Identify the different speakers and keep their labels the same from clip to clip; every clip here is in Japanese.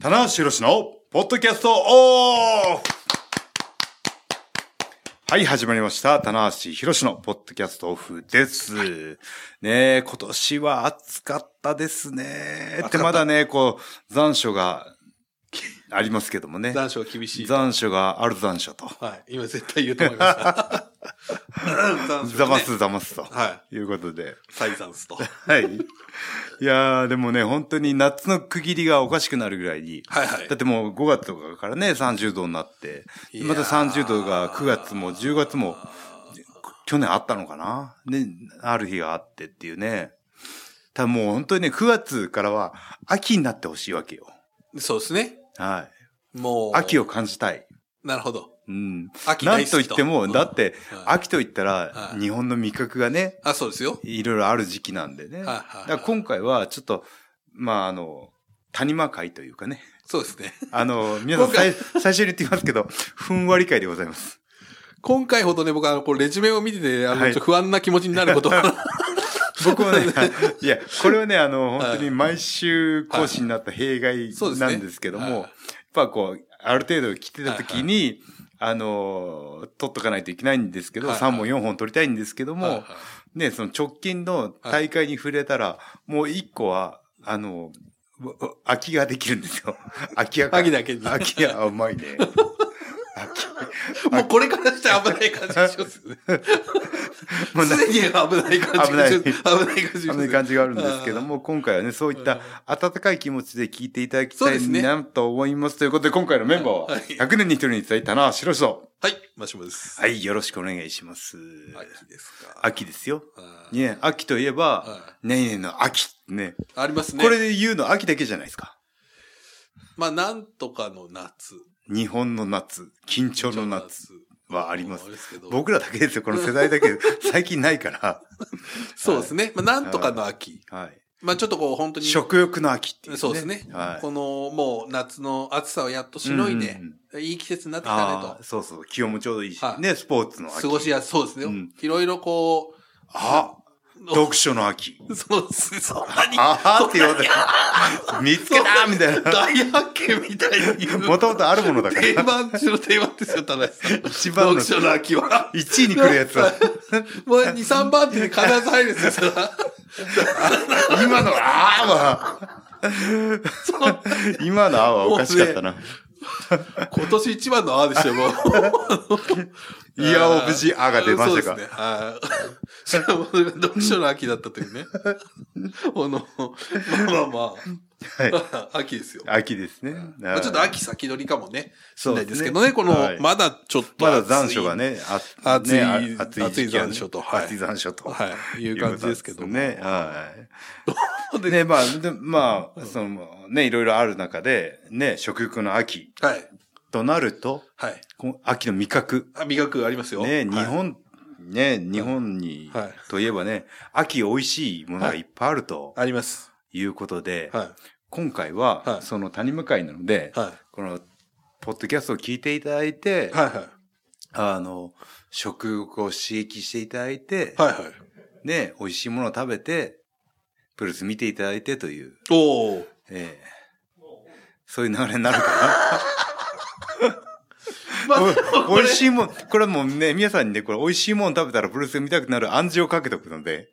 Speaker 1: 棚橋宏のポッドキャストオフはい、始まりました。棚橋宏のポッドキャストオフです。ねえ、今年は暑かったですね。
Speaker 2: 暑か
Speaker 1: っ
Speaker 2: ってた
Speaker 1: まだね、こう、残暑がありますけどもね。
Speaker 2: 残暑が厳しい。
Speaker 1: 残暑がある残暑と。
Speaker 2: はい。今絶対言うと思いました。 残暑
Speaker 1: ざま
Speaker 2: ね
Speaker 1: すざますと。。
Speaker 2: はい
Speaker 1: うことで。
Speaker 2: い。サイザ ンスと。はい
Speaker 1: はい。いやー、でもね、本当に夏の区切りがおかしくなるぐらいに。
Speaker 2: はい。
Speaker 1: だってもう5月とかからね、30度になって、
Speaker 2: いやー
Speaker 1: また30度が9月も10月も、去年あったのかなね、ある日があってっていうね。ただもう本当にね、9月からは秋になってほしいわけよ。
Speaker 2: そうですね。
Speaker 1: はい。
Speaker 2: もう。
Speaker 1: 秋。を感じたい。
Speaker 2: なるほど。
Speaker 1: うん。
Speaker 2: 秋
Speaker 1: な
Speaker 2: 大
Speaker 1: ん
Speaker 2: 好き
Speaker 1: と言っても、
Speaker 2: うん
Speaker 1: だって、
Speaker 2: はい
Speaker 1: 秋と言ったら
Speaker 2: は、い
Speaker 1: 日本の味覚がね、
Speaker 2: あ、そうですよ。
Speaker 1: いろいろある時期なんでね。
Speaker 2: はい
Speaker 1: だか
Speaker 2: はい
Speaker 1: ら今回はちょっと、まああの、谷間会というかね。
Speaker 2: そうですね。
Speaker 1: あの、皆さん
Speaker 2: 今回
Speaker 1: 最最初に言ってきますけど、ふんわり会でございます。
Speaker 2: 今回ほどね、僕あの、こう、レジュメを見てて、あの、
Speaker 1: は
Speaker 2: ちょ
Speaker 1: い
Speaker 2: っと不安な気持ちになることは、
Speaker 1: 僕はね、いや、これはね、あの、
Speaker 2: はい
Speaker 1: 本当に毎週講師になった弊害
Speaker 2: そうですね
Speaker 1: なんですけども、
Speaker 2: はい
Speaker 1: やっぱこう、ある程度来てた時に、あの、取っとかないといけないんですけど、
Speaker 2: はい
Speaker 1: 3本4本取りたいんですけど も、
Speaker 2: はいはい
Speaker 1: ね、その直近の大会に触れたら、もう1個は、あの、わわ空きができるんですよ。空き家が。
Speaker 2: 秋だけに。
Speaker 1: 空き家、あうまいね。
Speaker 2: もうこれからしたら危ない感じがしますよね。
Speaker 1: もうな
Speaker 2: 常に危ない感じがします。
Speaker 1: 危
Speaker 2: 危ない感じが
Speaker 1: そん
Speaker 2: しま
Speaker 1: な
Speaker 2: す。
Speaker 1: 感じがあるんですけども、今回はね、そういった温かい気持ちで聞いていただきた
Speaker 2: そうで
Speaker 1: い
Speaker 2: すね
Speaker 1: なと思います。ということで、今回のメンバーは、
Speaker 2: はい
Speaker 1: 100年に一人に伝えたな、白人。
Speaker 2: はい、マシュマロです。
Speaker 1: はい、よろしくお願いします。
Speaker 2: 秋ですか。
Speaker 1: 秋ですよ。
Speaker 2: あー
Speaker 1: ね、秋といえば、ねえねえの秋。ね。
Speaker 2: ありますね。
Speaker 1: これで言うの秋だけじゃないですか。
Speaker 2: まあ、なんとかの夏。
Speaker 1: 日本の夏、緊張の夏はあります。
Speaker 2: ですけど。
Speaker 1: 僕らだけですよ、この世代だけ。 最近ないから。
Speaker 2: そうですね。まあ、なんとかの秋。
Speaker 1: はい。
Speaker 2: まあ、ちょっとこう、本当に。
Speaker 1: 食欲の秋っていう、ね。
Speaker 2: そうですね。
Speaker 1: はい。
Speaker 2: この、もう、夏の暑さをやっとしのいで
Speaker 1: うん、うん
Speaker 2: いい季節になってきたね
Speaker 1: ああそうそう。気温もちょうどいいし、
Speaker 2: はい
Speaker 1: ね、スポーツの
Speaker 2: と。
Speaker 1: 秋。
Speaker 2: 過ごしやすそうで
Speaker 1: う
Speaker 2: すね
Speaker 1: ん。
Speaker 2: いろいろこう、
Speaker 1: あ読書の秋。
Speaker 2: そうですね。そんなに、
Speaker 1: ああって言わ れた。見つけたみたいな。
Speaker 2: 大発見みたいに言う。
Speaker 1: もともとあるものだから。
Speaker 2: 定番中の定番ですよ、田中さん。
Speaker 1: 一番の
Speaker 2: 読、書の秋は。
Speaker 1: 1位に来るやつ は、
Speaker 2: もう2、3番手で必ず入るんですよ、それは
Speaker 1: 今のああは、
Speaker 2: そう
Speaker 1: 今のああはおかしかったな。
Speaker 2: 今年一番のああでしたよ、もう。
Speaker 1: いや、お無事あが出ました
Speaker 2: そ
Speaker 1: か
Speaker 2: うで。すね。はい。しかも、読書の秋だったというね。この、まあ
Speaker 1: は
Speaker 2: ま
Speaker 1: い
Speaker 2: あ。まあ、秋ですよ。
Speaker 1: 秋ですね。
Speaker 2: ま
Speaker 1: ま
Speaker 2: あ、ちょっと秋先取りかもね、し
Speaker 1: そ
Speaker 2: ん
Speaker 1: う
Speaker 2: な
Speaker 1: で
Speaker 2: い
Speaker 1: すね
Speaker 2: ですけどね、この、
Speaker 1: はい
Speaker 2: まだちょっと
Speaker 1: まだ
Speaker 2: 暑い
Speaker 1: 残暑が。ね、あ
Speaker 2: 暑い
Speaker 1: ねあ暑い時期はね
Speaker 2: 暑い残暑とはい
Speaker 1: 暑い残暑と。
Speaker 2: はい。いう感じですけど
Speaker 1: いう
Speaker 2: も
Speaker 1: ことなんですね。はい。でね、まあ、でまあ、その、ね、いろいろある中で、ね、食欲の秋
Speaker 2: はい。
Speaker 1: となると、
Speaker 2: はい。
Speaker 1: この秋の味覚。
Speaker 2: あ、味覚ありますよ。
Speaker 1: ね、日
Speaker 2: はい。
Speaker 1: 本、ね、日本に、
Speaker 2: はい
Speaker 1: といえばね、秋美味しいものがいっぱいあると
Speaker 2: あります。
Speaker 1: いうことで、
Speaker 2: は
Speaker 1: 今回は、
Speaker 2: はい
Speaker 1: その谷向かいなので、
Speaker 2: い。は
Speaker 1: この、ポッドキャストを聞いていただいて、
Speaker 2: い。はい。はい。
Speaker 1: あの、食欲を刺激していただいて、
Speaker 2: はい。はい。
Speaker 1: ね、美味しいものを食べて、プルス見ていただいてという、
Speaker 2: おー。
Speaker 1: ええそういう流れになるか
Speaker 2: まあ、
Speaker 1: な。お美味しいもん、これはもうね、皆さんにね、これ美味しいもの食べたらプルス見たくなる暗示をかけておくので、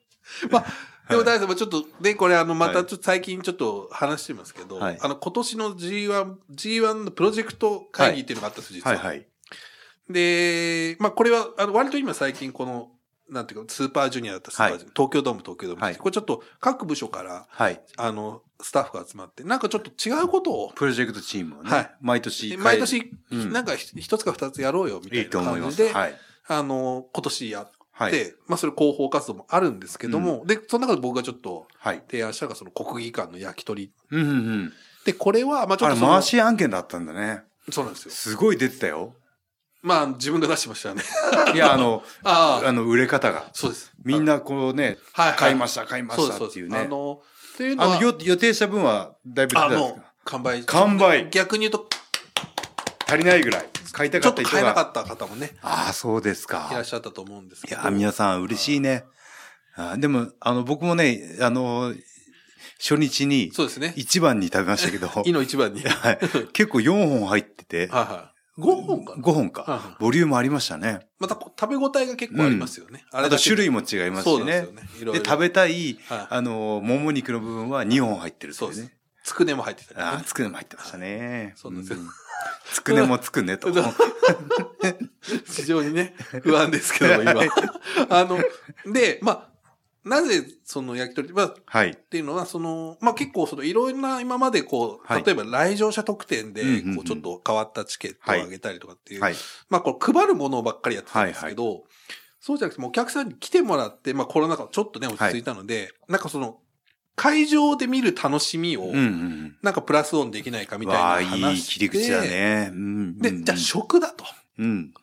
Speaker 2: まあ、でも大丈夫、ちょっと、で、これ、あの、また、ちょっと最近ちょっと話してますけど、
Speaker 1: はい
Speaker 2: あの、今年の G1、G1 のプロジェクト会議っていうのがあったんですよ、実は。
Speaker 1: い。
Speaker 2: で、まあ、これは、あの、割と今最近、この、なんていうか、スーパージュニアだったらスーパージュニア、東京ドーム、東京ドーム、
Speaker 1: はい
Speaker 2: これちょっと、各部署から、
Speaker 1: はい。
Speaker 2: あの、スタッフが集まって、なんかちょっと違うことを、
Speaker 1: プロジェクトチームをね、
Speaker 2: はい
Speaker 1: 毎年、
Speaker 2: 毎、年、
Speaker 1: うん
Speaker 2: なんかひ一つか二つやろうよ、みた
Speaker 1: いい
Speaker 2: い
Speaker 1: と
Speaker 2: な
Speaker 1: 思いま
Speaker 2: 感じ
Speaker 1: す。
Speaker 2: で、
Speaker 1: はい。
Speaker 2: あの、今年やって、
Speaker 1: はい。
Speaker 2: まあ、それ広報活動もあるんですけども、で、その中で僕がちょっと、
Speaker 1: はい。
Speaker 2: 提案したのがその国技館の焼き鳥。
Speaker 1: うんうんうん。
Speaker 2: で、これは、まあちょ
Speaker 1: あ
Speaker 2: っと
Speaker 1: れ、
Speaker 2: その
Speaker 1: 回し案件だったんだね。
Speaker 2: そうなんですよ。
Speaker 1: すごい出てた よ。
Speaker 2: まあ自分が出してましたね。
Speaker 1: いや、あの、
Speaker 2: ああ、
Speaker 1: あの、売れ方が。
Speaker 2: そうです。
Speaker 1: みんなこうね、
Speaker 2: はい、はい、
Speaker 1: 買いま
Speaker 2: し
Speaker 1: した、買いま
Speaker 2: そう
Speaker 1: し
Speaker 2: で
Speaker 1: た
Speaker 2: す、そう
Speaker 1: って
Speaker 2: です
Speaker 1: いう。
Speaker 2: あ
Speaker 1: ね。
Speaker 2: の、というの
Speaker 1: あ
Speaker 2: は、
Speaker 1: の、よ予定した分はだいぶ出た
Speaker 2: あ
Speaker 1: んです
Speaker 2: の
Speaker 1: か、
Speaker 2: 完売。
Speaker 1: 完売
Speaker 2: 逆に言うと、
Speaker 1: 足りないぐらい。買いた
Speaker 2: ち
Speaker 1: か
Speaker 2: ょ
Speaker 1: っ
Speaker 2: ったと
Speaker 1: 人
Speaker 2: 買えなか
Speaker 1: が。
Speaker 2: った方もね、
Speaker 1: ああ、そうです
Speaker 2: いらっ
Speaker 1: か。
Speaker 2: しゃったと思うんです
Speaker 1: い
Speaker 2: けど。
Speaker 1: や、皆さん嬉しいね。あーでも、あの、僕もね、あの、初日に
Speaker 2: そうですね。
Speaker 1: 一番に食べま したけど、は
Speaker 2: イの一番に。はい
Speaker 1: い、結構4本入ってて、
Speaker 2: はい。5本かな。
Speaker 1: 5本か。
Speaker 2: はいはい
Speaker 1: ボリュームありましたね。
Speaker 2: またこう食べ応えが結構ありますよね。あ
Speaker 1: あと種類
Speaker 2: も
Speaker 1: も違います
Speaker 2: そう
Speaker 1: し
Speaker 2: なん
Speaker 1: ね。
Speaker 2: で
Speaker 1: で
Speaker 2: すよね。いろいろ。
Speaker 1: 食べたい、
Speaker 2: はい
Speaker 1: あの、もも肉の部分は2本入ってるってい
Speaker 2: そう
Speaker 1: う
Speaker 2: です
Speaker 1: ね。。
Speaker 2: つくねも入ってたりね
Speaker 1: ああ、つくねも入ってましたね。
Speaker 2: そうなんですよ
Speaker 1: んつくねもつくねと。
Speaker 2: そう非常にね、不安です けど、今。あの、で、まあ、なぜその焼き鳥、まあ、っ
Speaker 1: はい。
Speaker 2: ていうのは、その、まあ結構そのいろんな今までこ、
Speaker 1: はいう
Speaker 2: 例えば来場者特典で
Speaker 1: うんうんうん、
Speaker 2: こうちょっと変わったチケットをあげたりとかっていう、
Speaker 1: はい。
Speaker 2: まあこれ配るものばっかりやってたんですけど、そうじゃなくてもうお客さんに来てもらって、まあコロナ禍ちょっとね落ち着いたので、なんかその、会場で見る楽しみを、
Speaker 1: うんうん
Speaker 2: なんかプラスオンできないか
Speaker 1: うん。
Speaker 2: み
Speaker 1: わ
Speaker 2: た
Speaker 1: あ、
Speaker 2: いない
Speaker 1: い
Speaker 2: 話
Speaker 1: 切
Speaker 2: で。
Speaker 1: り口だね。うんうん
Speaker 2: で、じゃあ食だと。
Speaker 1: うん。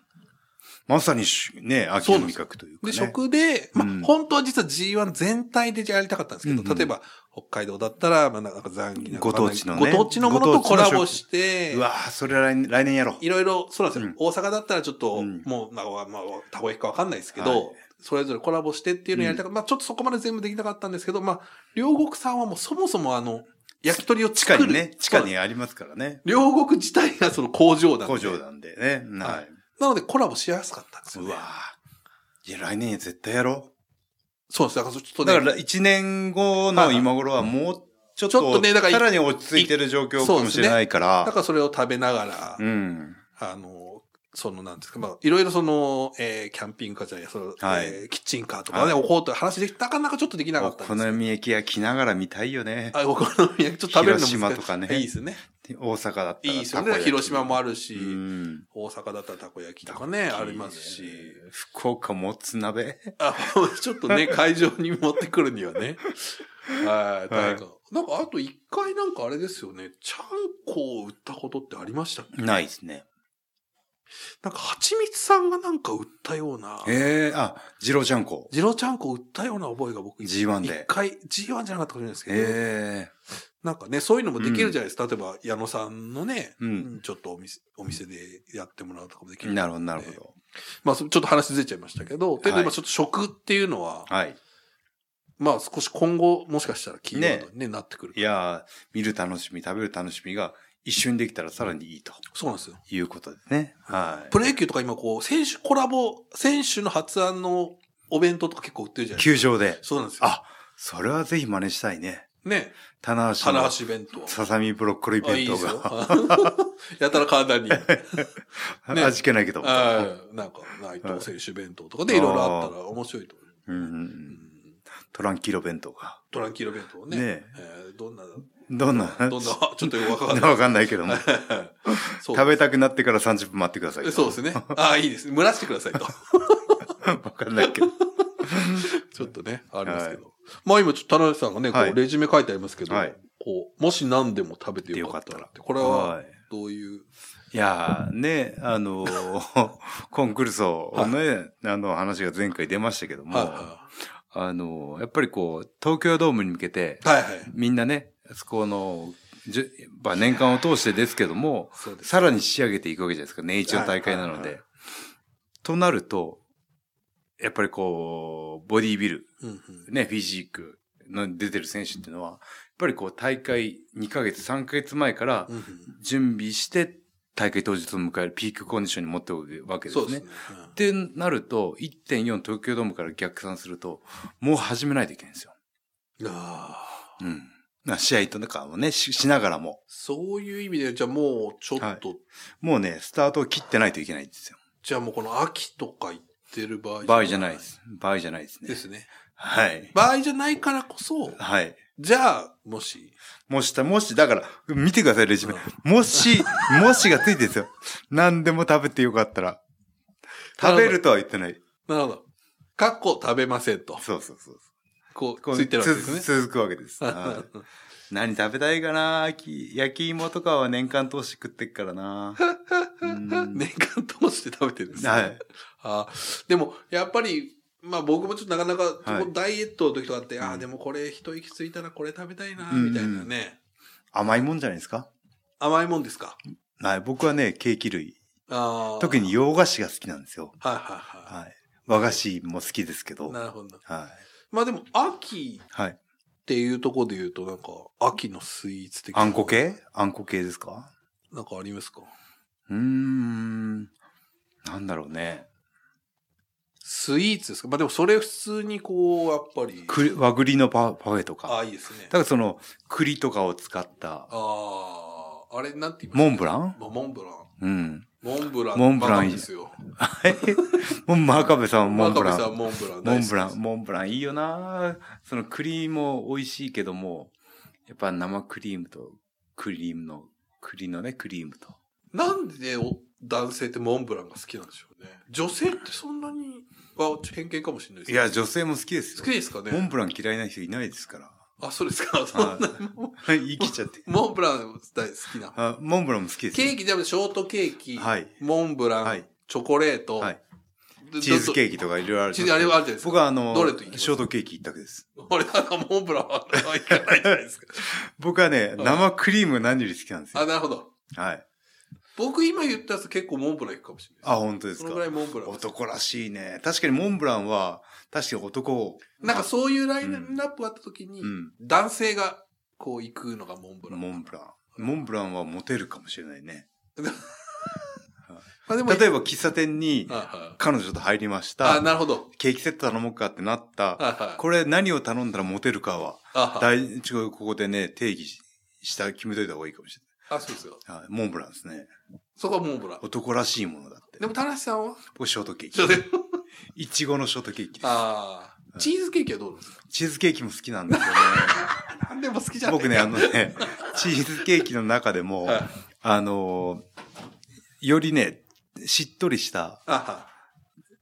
Speaker 1: まさにし、ね、秋の味覚というか
Speaker 2: で、
Speaker 1: ね。
Speaker 2: 食で、まあ、
Speaker 1: うん
Speaker 2: 本当は実は G1 全体でやりたかったんですけど、
Speaker 1: うんうん
Speaker 2: 例えば、北海道だったら、まあ、なんか残機な
Speaker 1: ご当地のね
Speaker 2: ご当地のものとコラボして
Speaker 1: う、わあ、それは来年来年やろう。
Speaker 2: いろいろ、そうなんですよ。
Speaker 1: うん
Speaker 2: 大阪だったらちょっと、
Speaker 1: うん
Speaker 2: もう、まあ、まあ、たこ焼きかわかんないですけど、
Speaker 1: はい
Speaker 2: それぞれコラボしてっていうのやりたかった。まあ、ちょっとそこまで全部できなかったんですけど、まあ、両国さんはもうそもそもあの、焼き鳥を
Speaker 1: 地
Speaker 2: 作
Speaker 1: 下
Speaker 2: る。
Speaker 1: にね、地下
Speaker 2: そうなんで
Speaker 1: にありますからね。
Speaker 2: す。両国自体がその工場だ
Speaker 1: 工場なんでね。は。
Speaker 2: はいなのでコラボしやすかったんですよ、
Speaker 1: う
Speaker 2: ね。
Speaker 1: わあいや、来年絶対やろ
Speaker 2: そうです。だからちょっ
Speaker 1: う。
Speaker 2: とね。
Speaker 1: だから、一年後の今頃はもうちょっと、
Speaker 2: ちょっとねだから
Speaker 1: さらに落ち着いてる状況かもしれないから。
Speaker 2: だからそれを食べながら、
Speaker 1: うん。
Speaker 2: あの、そのなんですか、まあ、いろいろその、えー、キャンピングカーじゃない、その、
Speaker 1: はい
Speaker 2: えーキッチンカーとかね、
Speaker 1: はい
Speaker 2: おこうと話できなかなかちょっとできなか
Speaker 1: お
Speaker 2: ったんです
Speaker 1: 好
Speaker 2: よ。
Speaker 1: み焼き焼きながら見たいよね。
Speaker 2: あお好み焼き、ちょっと食べるのも
Speaker 1: 広島とかね
Speaker 2: いいですね。
Speaker 1: 大阪だったら。
Speaker 2: いいですよね。広島もあ
Speaker 1: る
Speaker 2: るし、
Speaker 1: うん。
Speaker 2: 大阪だったらたこ焼きとかね、ありますし。。
Speaker 1: 福岡もつ鍋。
Speaker 2: あ、 ちょっとね、会場に持ってくるにはね。はい、
Speaker 1: はい
Speaker 2: 誰か。なんか、あと一回なんかあれですよね、ちゃんこを売ったことってありましたっけ
Speaker 1: ないですね。
Speaker 2: なんか、蜂蜜さんがなんか売ったような。
Speaker 1: ええあ、ジロちゃんこ。
Speaker 2: ジロちゃんこ売ったような覚えが僕
Speaker 1: G1 で
Speaker 2: 一回、G1 じゃなかったかもしれないですけど、
Speaker 1: ええ
Speaker 2: なんかね、そういうのもできるじゃないですか。例えば、矢野さんのね、
Speaker 1: うん
Speaker 2: ちょっとお店お店でやってもらうとかもできる。
Speaker 1: なるほど、なるほど。
Speaker 2: まあ、そちょっと話ずれちゃいましたけど、とりあえず
Speaker 1: は
Speaker 2: ま
Speaker 1: い
Speaker 2: あちょっと食っていうのは、
Speaker 1: はい。
Speaker 2: まあ少し今後もしかしたらキーワードに、ねなってくる。
Speaker 1: いやー、見る楽しみ、食べる楽しみが一瞬できたらさらにいいと
Speaker 2: そうなんですよ。
Speaker 1: いうことですね。はい。
Speaker 2: プロ野球とか今こう、選手コラボ、選手の発案のお弁当とか結構売ってるじゃないですか。
Speaker 1: 球場で。
Speaker 2: そうなんですよ。
Speaker 1: あ、それはぜひ真似したいね。
Speaker 2: ね、
Speaker 1: 棚橋
Speaker 2: 棚
Speaker 1: の
Speaker 2: 橋弁当。
Speaker 1: ささみブロッコリー
Speaker 2: あ、い
Speaker 1: 弁
Speaker 2: い
Speaker 1: 当
Speaker 2: ですよ
Speaker 1: が。。
Speaker 2: やたら簡単に。
Speaker 1: あ
Speaker 2: ね
Speaker 1: 味気ないけど。
Speaker 2: ああなんか、内藤選手弁当とかでいろいろあったら面白いと思う。
Speaker 1: うんうんう。
Speaker 2: うんん
Speaker 1: トランキーロ弁当が。
Speaker 2: トランキーロ弁当をね。
Speaker 1: ね
Speaker 2: えーどんな、
Speaker 1: どんな、
Speaker 2: どんな、 ちょっとよくわかんない。
Speaker 1: わかんないけども。
Speaker 2: そう
Speaker 1: 食べたくなってから30分待ってください。
Speaker 2: そうですね。ああ、いいです。蒸らしてくださいと。
Speaker 1: わかんないけど。
Speaker 2: ちょっとね、ありますけど。まあ今、ちょっと田辺さんがね、こ、
Speaker 1: はいう
Speaker 2: レジュメ書いてありますけど、
Speaker 1: はい
Speaker 2: こう、もし何でも食べてよかったらって、これは、
Speaker 1: い。
Speaker 2: どういう、
Speaker 1: いやーね、あのー コンクルソをね、あの話が前回出ましたけども、
Speaker 2: は
Speaker 1: あのーやっぱりこう、東京ドームに向けて、
Speaker 2: いはい。はいはい。
Speaker 1: みんなね、そこの、じゅまあ、年間を通してですけども、
Speaker 2: そうです。
Speaker 1: さらに仕上げていくわけじゃないですか、年一の大会なので。
Speaker 2: はいはいはい
Speaker 1: となると、やっぱりこう、ボディービル、
Speaker 2: うんうん
Speaker 1: ね、フィジークの出てる選手っていうのは、やっぱりこう、大会2ヶ月、3ヶ月前から
Speaker 2: う、んうん
Speaker 1: 準備して大会当日を迎えるピークコンディションに持っておくわけです
Speaker 2: そ
Speaker 1: ね。
Speaker 2: うですね。うん
Speaker 1: ってなると、1.4東京ドームから逆算すると、もう始めないといけないんですよ。
Speaker 2: ああ。
Speaker 1: うん。な試合とかもねし、しながらも。
Speaker 2: そういう意味で、じゃあもう、ちょっと
Speaker 1: もうね、スタートを切ってないといけないんですよ。
Speaker 2: じゃあもうこの秋とか行ってる場合
Speaker 1: 場合じゃないで。す。場合じゃないですね。
Speaker 2: ですね。
Speaker 1: はい。
Speaker 2: 場合じゃないからこそ、
Speaker 1: はい。
Speaker 2: じゃあ、もし、
Speaker 1: もした、もし、だから、見てください、レジュメ
Speaker 2: う。
Speaker 1: も し、もしがついてるんですよ。何でも食べてよかったら。食べるとは言ってない。
Speaker 2: なるほど。かっこ食べませんと。
Speaker 1: そうそうそう。
Speaker 2: こ
Speaker 1: こ
Speaker 2: う、
Speaker 1: う
Speaker 2: ついてるわけです
Speaker 1: つ
Speaker 2: ね。
Speaker 1: 続くわけです。はい 何食べたいかな秋焼き芋とかは年間通して食ってっから なうん
Speaker 2: 年間通して食べてるんですね
Speaker 1: はい。
Speaker 2: あーでも、やっぱり、まあ僕もちょっとなかなか、
Speaker 1: はい
Speaker 2: ダイエットの時とかって、あ
Speaker 1: う
Speaker 2: あ、
Speaker 1: ん
Speaker 2: でもこれ一息ついたらこれ食べたいな、
Speaker 1: うんうん
Speaker 2: みたいなね。
Speaker 1: 甘いもんじゃないですか
Speaker 2: 甘いもんですか
Speaker 1: はい。僕はね、ケーキ類。
Speaker 2: ああ。
Speaker 1: 特に。洋菓子が好きなんですよ。
Speaker 2: はいはいは
Speaker 1: はい。和菓子も好きですけ
Speaker 2: い。
Speaker 1: ど。は
Speaker 2: なるほどな。
Speaker 1: い。
Speaker 2: まあでも、秋
Speaker 1: はい。
Speaker 2: っていうところで言うと、なんか、秋のスイーツ的な。
Speaker 1: あんこ系あんこ系ですか
Speaker 2: なんかありますか
Speaker 1: うーん。なんだろうね。
Speaker 2: スイーツですかまあでもそれ普通にこう、やっぱり。
Speaker 1: 栗和栗のパパフェとか。
Speaker 2: ああ、
Speaker 1: だ
Speaker 2: いいですね。
Speaker 1: からその、栗とかを使った、
Speaker 2: ああ、あれなんて言います
Speaker 1: モンブラン
Speaker 2: モンブラン。
Speaker 1: うん。
Speaker 2: モンブラン。
Speaker 1: モンブラン
Speaker 2: バカですよ。
Speaker 1: もう真壁さんはモンブラ
Speaker 2: 真壁さ
Speaker 1: ン。
Speaker 2: んモンブラン大好き
Speaker 1: モ
Speaker 2: で
Speaker 1: ン
Speaker 2: す。
Speaker 1: ブラン、モンブランいいよなその栗も美味しいけども、やっぱ生クリームと、クリームの、栗のね、クリームと。
Speaker 2: なんでお男性ってモンブランが好きなんでしょうね。女性ってそんなに、は偏見かもしれないです
Speaker 1: い
Speaker 2: けど
Speaker 1: や、女性も好きです
Speaker 2: 好
Speaker 1: よ
Speaker 2: き。ですか
Speaker 1: モン
Speaker 2: ね。
Speaker 1: ブラン嫌いな人いないです から。
Speaker 2: あ、そうですか。そんな
Speaker 1: はい。生きちゃって。
Speaker 2: モンブラン大好きな。
Speaker 1: あモンブランも好きです
Speaker 2: ケ
Speaker 1: よ。
Speaker 2: ーキ、でもショートケーキ、
Speaker 1: はい
Speaker 2: モンブラン、
Speaker 1: はい
Speaker 2: チョコレート、
Speaker 1: はい
Speaker 2: で
Speaker 1: チーズケ
Speaker 2: ー
Speaker 1: ーキとかいろいろある
Speaker 2: チーズあれはあるじゃないですか
Speaker 1: 僕はあの
Speaker 2: どれと言い、ます
Speaker 1: ショートケーキ一択です。
Speaker 2: キ。俺なんかモンブランは行か ないじゃないですか。
Speaker 1: 僕はね、
Speaker 2: うん
Speaker 1: 生クリームが何より好きなんです
Speaker 2: あ、
Speaker 1: よ。
Speaker 2: なるほど。
Speaker 1: はい。僕
Speaker 2: 僕今言ったやつ結構モンブラン行くかもしれな
Speaker 1: あ、
Speaker 2: い
Speaker 1: 本当で
Speaker 2: ですす。
Speaker 1: か
Speaker 2: そのぐらいモンブラン。
Speaker 1: 男らしいね。確かにモンブランは、確かに男を、
Speaker 2: なんかそういうラインナップがあった時に、
Speaker 1: うん、
Speaker 2: 男性がこう行くのがモンブラン。
Speaker 1: モンブラン。モンブランはモテるかもしれないね。
Speaker 2: まあでも
Speaker 1: 例えば喫茶店に
Speaker 2: はいはい
Speaker 1: 彼女と入りまし
Speaker 2: あ、
Speaker 1: た。
Speaker 2: なるほど。
Speaker 1: ケーキセット頼もうかってなった。
Speaker 2: はいはい
Speaker 1: これ何を頼んだらモテるかは、
Speaker 2: あは
Speaker 1: 大、
Speaker 2: い
Speaker 1: 違う、ここでね、定義しした、決めといた方がいいかもし
Speaker 2: あ、そうですよ。
Speaker 1: れない。はい、モンブランですね。
Speaker 2: そこはモンブラン。
Speaker 1: 男らしいものだって
Speaker 2: で。も、田無さんは
Speaker 1: 僕、ショートケーキ
Speaker 2: ちょっ。とね
Speaker 1: いちごのショートケーキです。
Speaker 2: ああ。チーズケーキはどうなんですか
Speaker 1: チーズケーキも好きなんです よね。
Speaker 2: 何でも好きじゃん。
Speaker 1: 僕ね、あのね、チーズケーキの中でも、
Speaker 2: はい
Speaker 1: あのーよりね、しっとりした、
Speaker 2: あは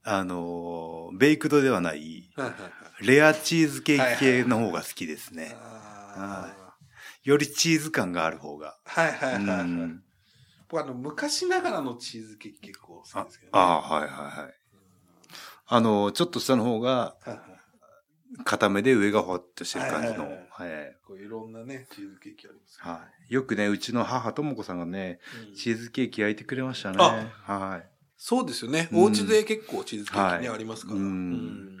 Speaker 1: あのーベイクドではない、
Speaker 2: はいはいはい
Speaker 1: レアチーズケーキ系の方が好きですね。
Speaker 2: あ
Speaker 1: よりチーズ感がある方が。
Speaker 2: ーはいは
Speaker 1: う
Speaker 2: いはいはい。
Speaker 1: ん、
Speaker 2: 僕あの、昔ながらのチーズケーキ結構好きですけど、ね。
Speaker 1: ああー、はいはいはい。あのーちょっと下の方が
Speaker 2: はいはい
Speaker 1: 固めで上がほわっとしてる感じの。
Speaker 2: は
Speaker 1: はいい
Speaker 2: こういろんなね、チーズケーキありますけど
Speaker 1: はいよくね、うちの母ともこさんがね、
Speaker 2: うん
Speaker 1: チーズケーキ焼いてくれましたね。
Speaker 2: あ
Speaker 1: はい。
Speaker 2: そうですよね。
Speaker 1: うん
Speaker 2: お家で結構チーズケーキね、
Speaker 1: はい
Speaker 2: ありますか
Speaker 1: う
Speaker 2: ら。
Speaker 1: ん
Speaker 2: うん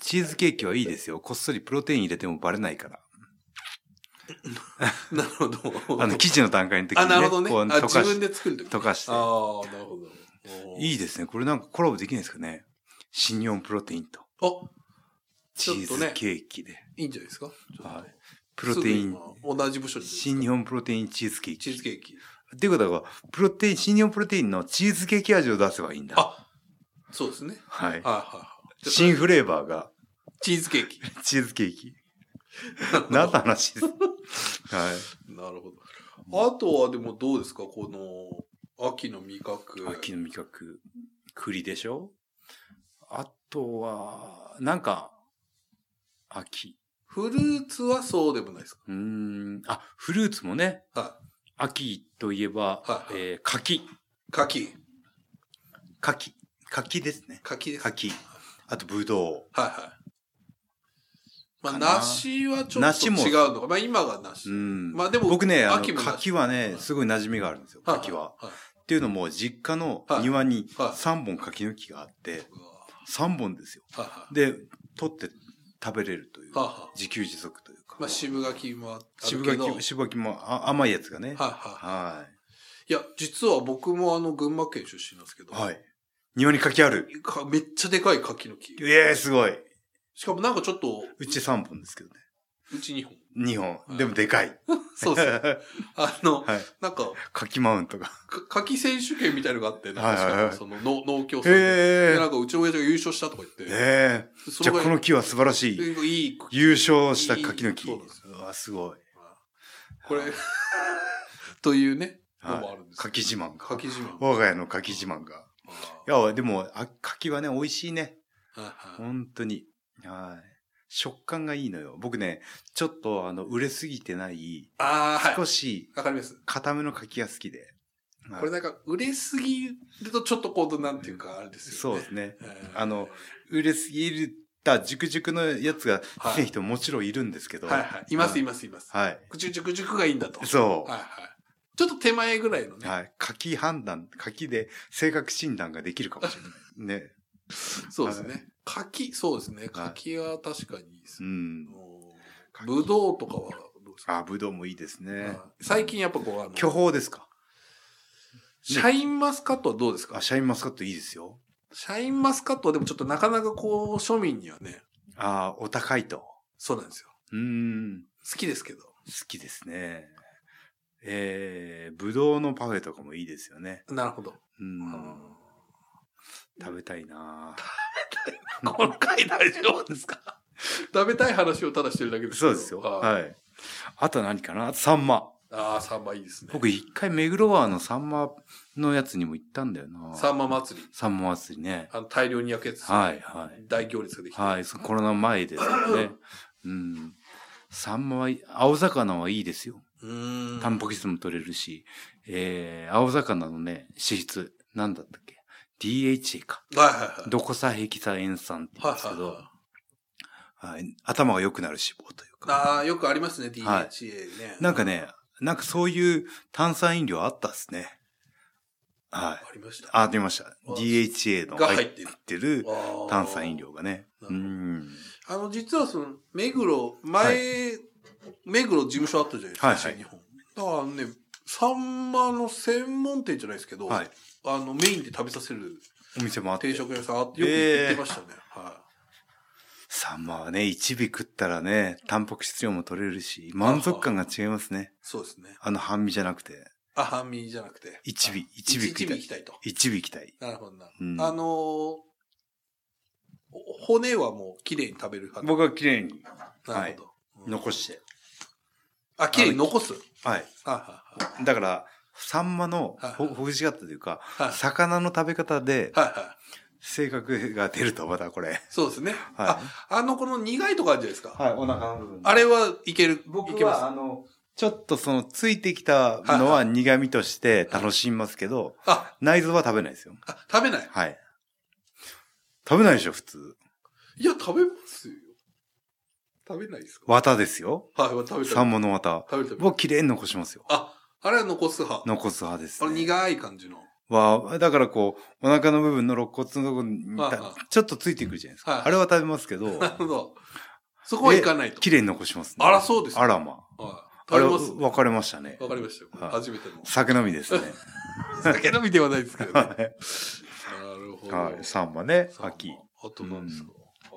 Speaker 1: チーズケーキはいいですよ。こっそりプロテイン入れてもバレないから。
Speaker 2: なるほど。
Speaker 1: あの、生地の段階の時に、
Speaker 2: あ、
Speaker 1: ね。
Speaker 2: なるほど
Speaker 1: こう
Speaker 2: ね。あ
Speaker 1: 溶か
Speaker 2: 自分
Speaker 1: し
Speaker 2: で作るとき。
Speaker 1: 溶かして
Speaker 2: ああ、なるほど。おー
Speaker 1: いいですね。これなんかコラボできないですかね。新日本プロテインと。
Speaker 2: あ、ち
Speaker 1: チ
Speaker 2: ょっ
Speaker 1: ー
Speaker 2: と
Speaker 1: ズ
Speaker 2: ね
Speaker 1: ケーキで。
Speaker 2: いいんじゃないですかちょっと
Speaker 1: はいプロテイン、
Speaker 2: すぐ今同じ部署に。
Speaker 1: 新日本プロテインチーズケー
Speaker 2: チ
Speaker 1: キ。
Speaker 2: ーズケーキ。
Speaker 1: っていうことは、プロテイン、新日本プロテインのチーズケーキ味を出せばいいんだ。
Speaker 2: あ、そうですね。
Speaker 1: はい。
Speaker 2: はいはいはい。ちょっ
Speaker 1: 新フレーバーが
Speaker 2: とチーズケ ーキ。
Speaker 1: チーズケーキ。何の話で す。はい。
Speaker 2: なるほど。あとはでもどうですかこの、秋の味覚。
Speaker 1: 秋の味覚、栗でしょあとは、なんか、秋。
Speaker 2: フルーツはそうでもないです
Speaker 1: うーん、あ、フルーツもね、
Speaker 2: かは
Speaker 1: 秋といえば、
Speaker 2: はい
Speaker 1: えー、柿。
Speaker 2: い。柿。
Speaker 1: 柿。柿ですね。
Speaker 2: 柿です。はい
Speaker 1: 柿。あと、ぶど
Speaker 2: はい。まあ、
Speaker 1: かな
Speaker 2: 梨はちょっと
Speaker 1: 梨も
Speaker 2: 違うのか。まあ、今が梨。
Speaker 1: う。うん。
Speaker 2: まあでも
Speaker 1: 僕ね、あの
Speaker 2: 秋も出す
Speaker 1: 柿はね、すごい馴染みがあるんですよ、
Speaker 2: はい
Speaker 1: 柿は。。
Speaker 2: はい
Speaker 1: っていうのも、実家の庭に
Speaker 2: はいはい
Speaker 1: 3本柿の木があって、
Speaker 2: うわ
Speaker 1: 3本ですよ。
Speaker 2: はいはい
Speaker 1: で、取って食べれるという
Speaker 2: は、いはい
Speaker 1: 自給自足というか。
Speaker 2: まあ、渋柿もあるけど。
Speaker 1: 渋柿、渋柿もあ甘いやつがね。
Speaker 2: はいは。
Speaker 1: はい
Speaker 2: いや、実は僕もあの、群馬県出身なんですけど。
Speaker 1: い。はい。庭に柿ある。
Speaker 2: かめっちゃでかい柿の木。
Speaker 1: ええ、すごい。
Speaker 2: しかもなんかちょっと、
Speaker 1: うち3本ですけどね。
Speaker 2: うち2本。
Speaker 1: 2
Speaker 2: は
Speaker 1: 本。
Speaker 2: い
Speaker 1: でもでかい。
Speaker 2: そうそう。 あの、
Speaker 1: はい。
Speaker 2: なんか、
Speaker 1: 柿マウントが。
Speaker 2: か柿選手権みたいのがあって、なんか
Speaker 1: はいはいはい
Speaker 2: しかもその農農協さんで。で
Speaker 1: へ
Speaker 2: な
Speaker 1: え。
Speaker 2: んかうちの親父が優勝したとか言って。
Speaker 1: ええ。じ
Speaker 2: それ
Speaker 1: ゃあ
Speaker 2: が
Speaker 1: この木は素晴らしい。
Speaker 2: いい柿。
Speaker 1: 優勝した柿の木。
Speaker 2: そうなんですよ
Speaker 1: うわ、すごい。
Speaker 2: これ、 というね、のもあ
Speaker 1: はい
Speaker 2: るんですよ
Speaker 1: 柿自慢が。
Speaker 2: 柿自慢。
Speaker 1: 我が家の柿自慢が。いや、でも、あ柿はね、美味しいね。
Speaker 2: はいはい
Speaker 1: 本当に。はい。食感がいいのよ。僕ね、ちょっと、あの、売れすぎてない、
Speaker 2: ああ、は
Speaker 1: 少
Speaker 2: い。
Speaker 1: し
Speaker 2: わかります。
Speaker 1: 固めの柿が好きで。はい
Speaker 2: これなんか、売れすぎるとちょっとこう、なんていうか、あれです
Speaker 1: そう
Speaker 2: よね。
Speaker 1: ですね。
Speaker 2: えー
Speaker 1: あの、売れすぎた熟熟のやつが好きな人ももちろんいるんですけど。
Speaker 2: はいはい。いますいますいます。
Speaker 1: はい。
Speaker 2: 熟熟熟がいいんだと。
Speaker 1: そう。
Speaker 2: はいはい。ちょっと手前ぐらいのね。
Speaker 1: はい。柿判断、柿で性格診断ができるかもしれない。ね。
Speaker 2: そうですね。柿、そうですね。柿は確かにいいです
Speaker 1: う
Speaker 2: ね。
Speaker 1: ん。
Speaker 2: おーぶどうとかはどうですか
Speaker 1: あ、ぶどうもいいですね。
Speaker 2: 最近やっぱこう、あ
Speaker 1: 巨
Speaker 2: の、
Speaker 1: 峰ですか
Speaker 2: シャインマスカットはどうですか
Speaker 1: あ、シャインマスカットいいですよ。
Speaker 2: シャインマスカットはでもちょっとなかなかこう、庶民にはね、
Speaker 1: あお高いと。
Speaker 2: そうなんですよ。
Speaker 1: うーん、
Speaker 2: 好きですけど。
Speaker 1: 好きですね。えー、ぶどうのパフェとかもいいですよね。
Speaker 2: なるほど。
Speaker 1: う、
Speaker 2: うんん
Speaker 1: 食べたいな
Speaker 2: この回大丈夫ですか食べたい話をただしてるだけですけ
Speaker 1: そ
Speaker 2: ど
Speaker 1: うですよ。
Speaker 2: はい。
Speaker 1: はい。あと何かなあとサンマ。
Speaker 2: ああ、サンマいいですね。
Speaker 1: 僕一回目黒川のサンマのやつにも行ったんだよな。
Speaker 2: サンマ祭り。
Speaker 1: サンマ祭りね。
Speaker 2: あの、大量に焼くやつですね、
Speaker 1: はいはい
Speaker 2: 大行列ができて。
Speaker 1: はい、そコロナ前ですよね。うん。サンマはいい、青魚はいいですよ。
Speaker 2: うーん。
Speaker 1: タンパク質も取れるし、えー、青魚のね、脂質、なんだったっけ ?DHA か。
Speaker 2: はいはいはい。
Speaker 1: ドコサヘキサエン酸って言うんですけ
Speaker 2: はいはい
Speaker 1: ど
Speaker 2: はい、
Speaker 1: はい、頭が良くなる脂肪というか。
Speaker 2: ああ、よくありますね、DHA ね。
Speaker 1: はいなんかね、なんかそういう炭酸飲料あったっすね。はい
Speaker 2: あ。りました。
Speaker 1: あ、出ました。DHA の
Speaker 2: が入ってる
Speaker 1: てる
Speaker 2: あー
Speaker 1: 炭酸飲。料がね。
Speaker 2: な
Speaker 1: う
Speaker 2: るほど
Speaker 1: ん。
Speaker 2: あの、実はその、目黒、前、目黒事務所あったじゃないですか、
Speaker 1: はいはい
Speaker 2: 新日本。だからね、サンマの専門店じゃないですけど、
Speaker 1: はい
Speaker 2: あの、メインで食べさせる
Speaker 1: お店もあって。
Speaker 2: 定食屋さんあって、よく行ってましたね。はい。
Speaker 1: サンマはね、一尾食ったらね、タンパク質量も取れるし、満足感が違いますね。
Speaker 2: そうですね。
Speaker 1: あの半身じゃなくて、
Speaker 2: あ、半身じゃなくて。
Speaker 1: 一尾、一尾食い
Speaker 2: 一尾
Speaker 1: た
Speaker 2: 行き
Speaker 1: い。
Speaker 2: たいと。
Speaker 1: 一尾行きたい。
Speaker 2: なるほどな。
Speaker 1: うん
Speaker 2: あのーお骨はもう綺麗に食べる派。
Speaker 1: 僕は綺麗に
Speaker 2: なるほど。うん
Speaker 1: 残して。
Speaker 2: あ、綺麗に残す。
Speaker 1: はい。
Speaker 2: はいはいはい
Speaker 1: だから、サンマの
Speaker 2: はい
Speaker 1: ほほぐし方というか、
Speaker 2: はい
Speaker 1: 魚の食べ方で
Speaker 2: はいはい。
Speaker 1: 性格が出ると、またこれ。
Speaker 2: そうですね。あ
Speaker 1: は、
Speaker 2: あの、この苦いとこあるじゃないですか。
Speaker 1: はい、お腹の部分
Speaker 2: あれはいける。い
Speaker 1: 僕
Speaker 2: け
Speaker 1: は、
Speaker 2: ま
Speaker 1: あの、ちょっとその、ついてきたのは苦味として楽しみますけど、
Speaker 2: す。あ、
Speaker 1: 内臓は食べないですよ。
Speaker 2: あ、食べない。
Speaker 1: はい。食べないでしょ、普通。
Speaker 2: いや、食べますよ。食べないですか
Speaker 1: 綿ですよ。
Speaker 2: はい、食べた
Speaker 1: サンマの綿。
Speaker 2: 食べた
Speaker 1: 僕、綺麗に残しますよ。
Speaker 2: あ、あれは残す派。
Speaker 1: 残す派です、
Speaker 2: あの
Speaker 1: ね。
Speaker 2: 苦い感じ の。
Speaker 1: わだからこう、お腹の部分の肋骨のところに
Speaker 2: はい
Speaker 1: た
Speaker 2: は
Speaker 1: ちょっとついてくるじゃないですか。
Speaker 2: はい
Speaker 1: あれは食べますけ ど、
Speaker 2: なるほど。そこはいかないと。
Speaker 1: 綺麗に残します、
Speaker 2: あら、そうですね。
Speaker 1: あらま。
Speaker 2: はい
Speaker 1: あ
Speaker 2: 食
Speaker 1: れ
Speaker 2: べ
Speaker 1: は
Speaker 2: ます
Speaker 1: 分かれましたね。
Speaker 2: わかりましたよ。
Speaker 1: はい
Speaker 2: 初めての。
Speaker 1: 酒飲みですね。
Speaker 2: 酒飲み ではないですけどね。な
Speaker 1: は
Speaker 2: るほ
Speaker 1: い。
Speaker 2: ど。
Speaker 1: はい。サンマね、
Speaker 2: さあ
Speaker 1: 秋。。
Speaker 2: あと何ですか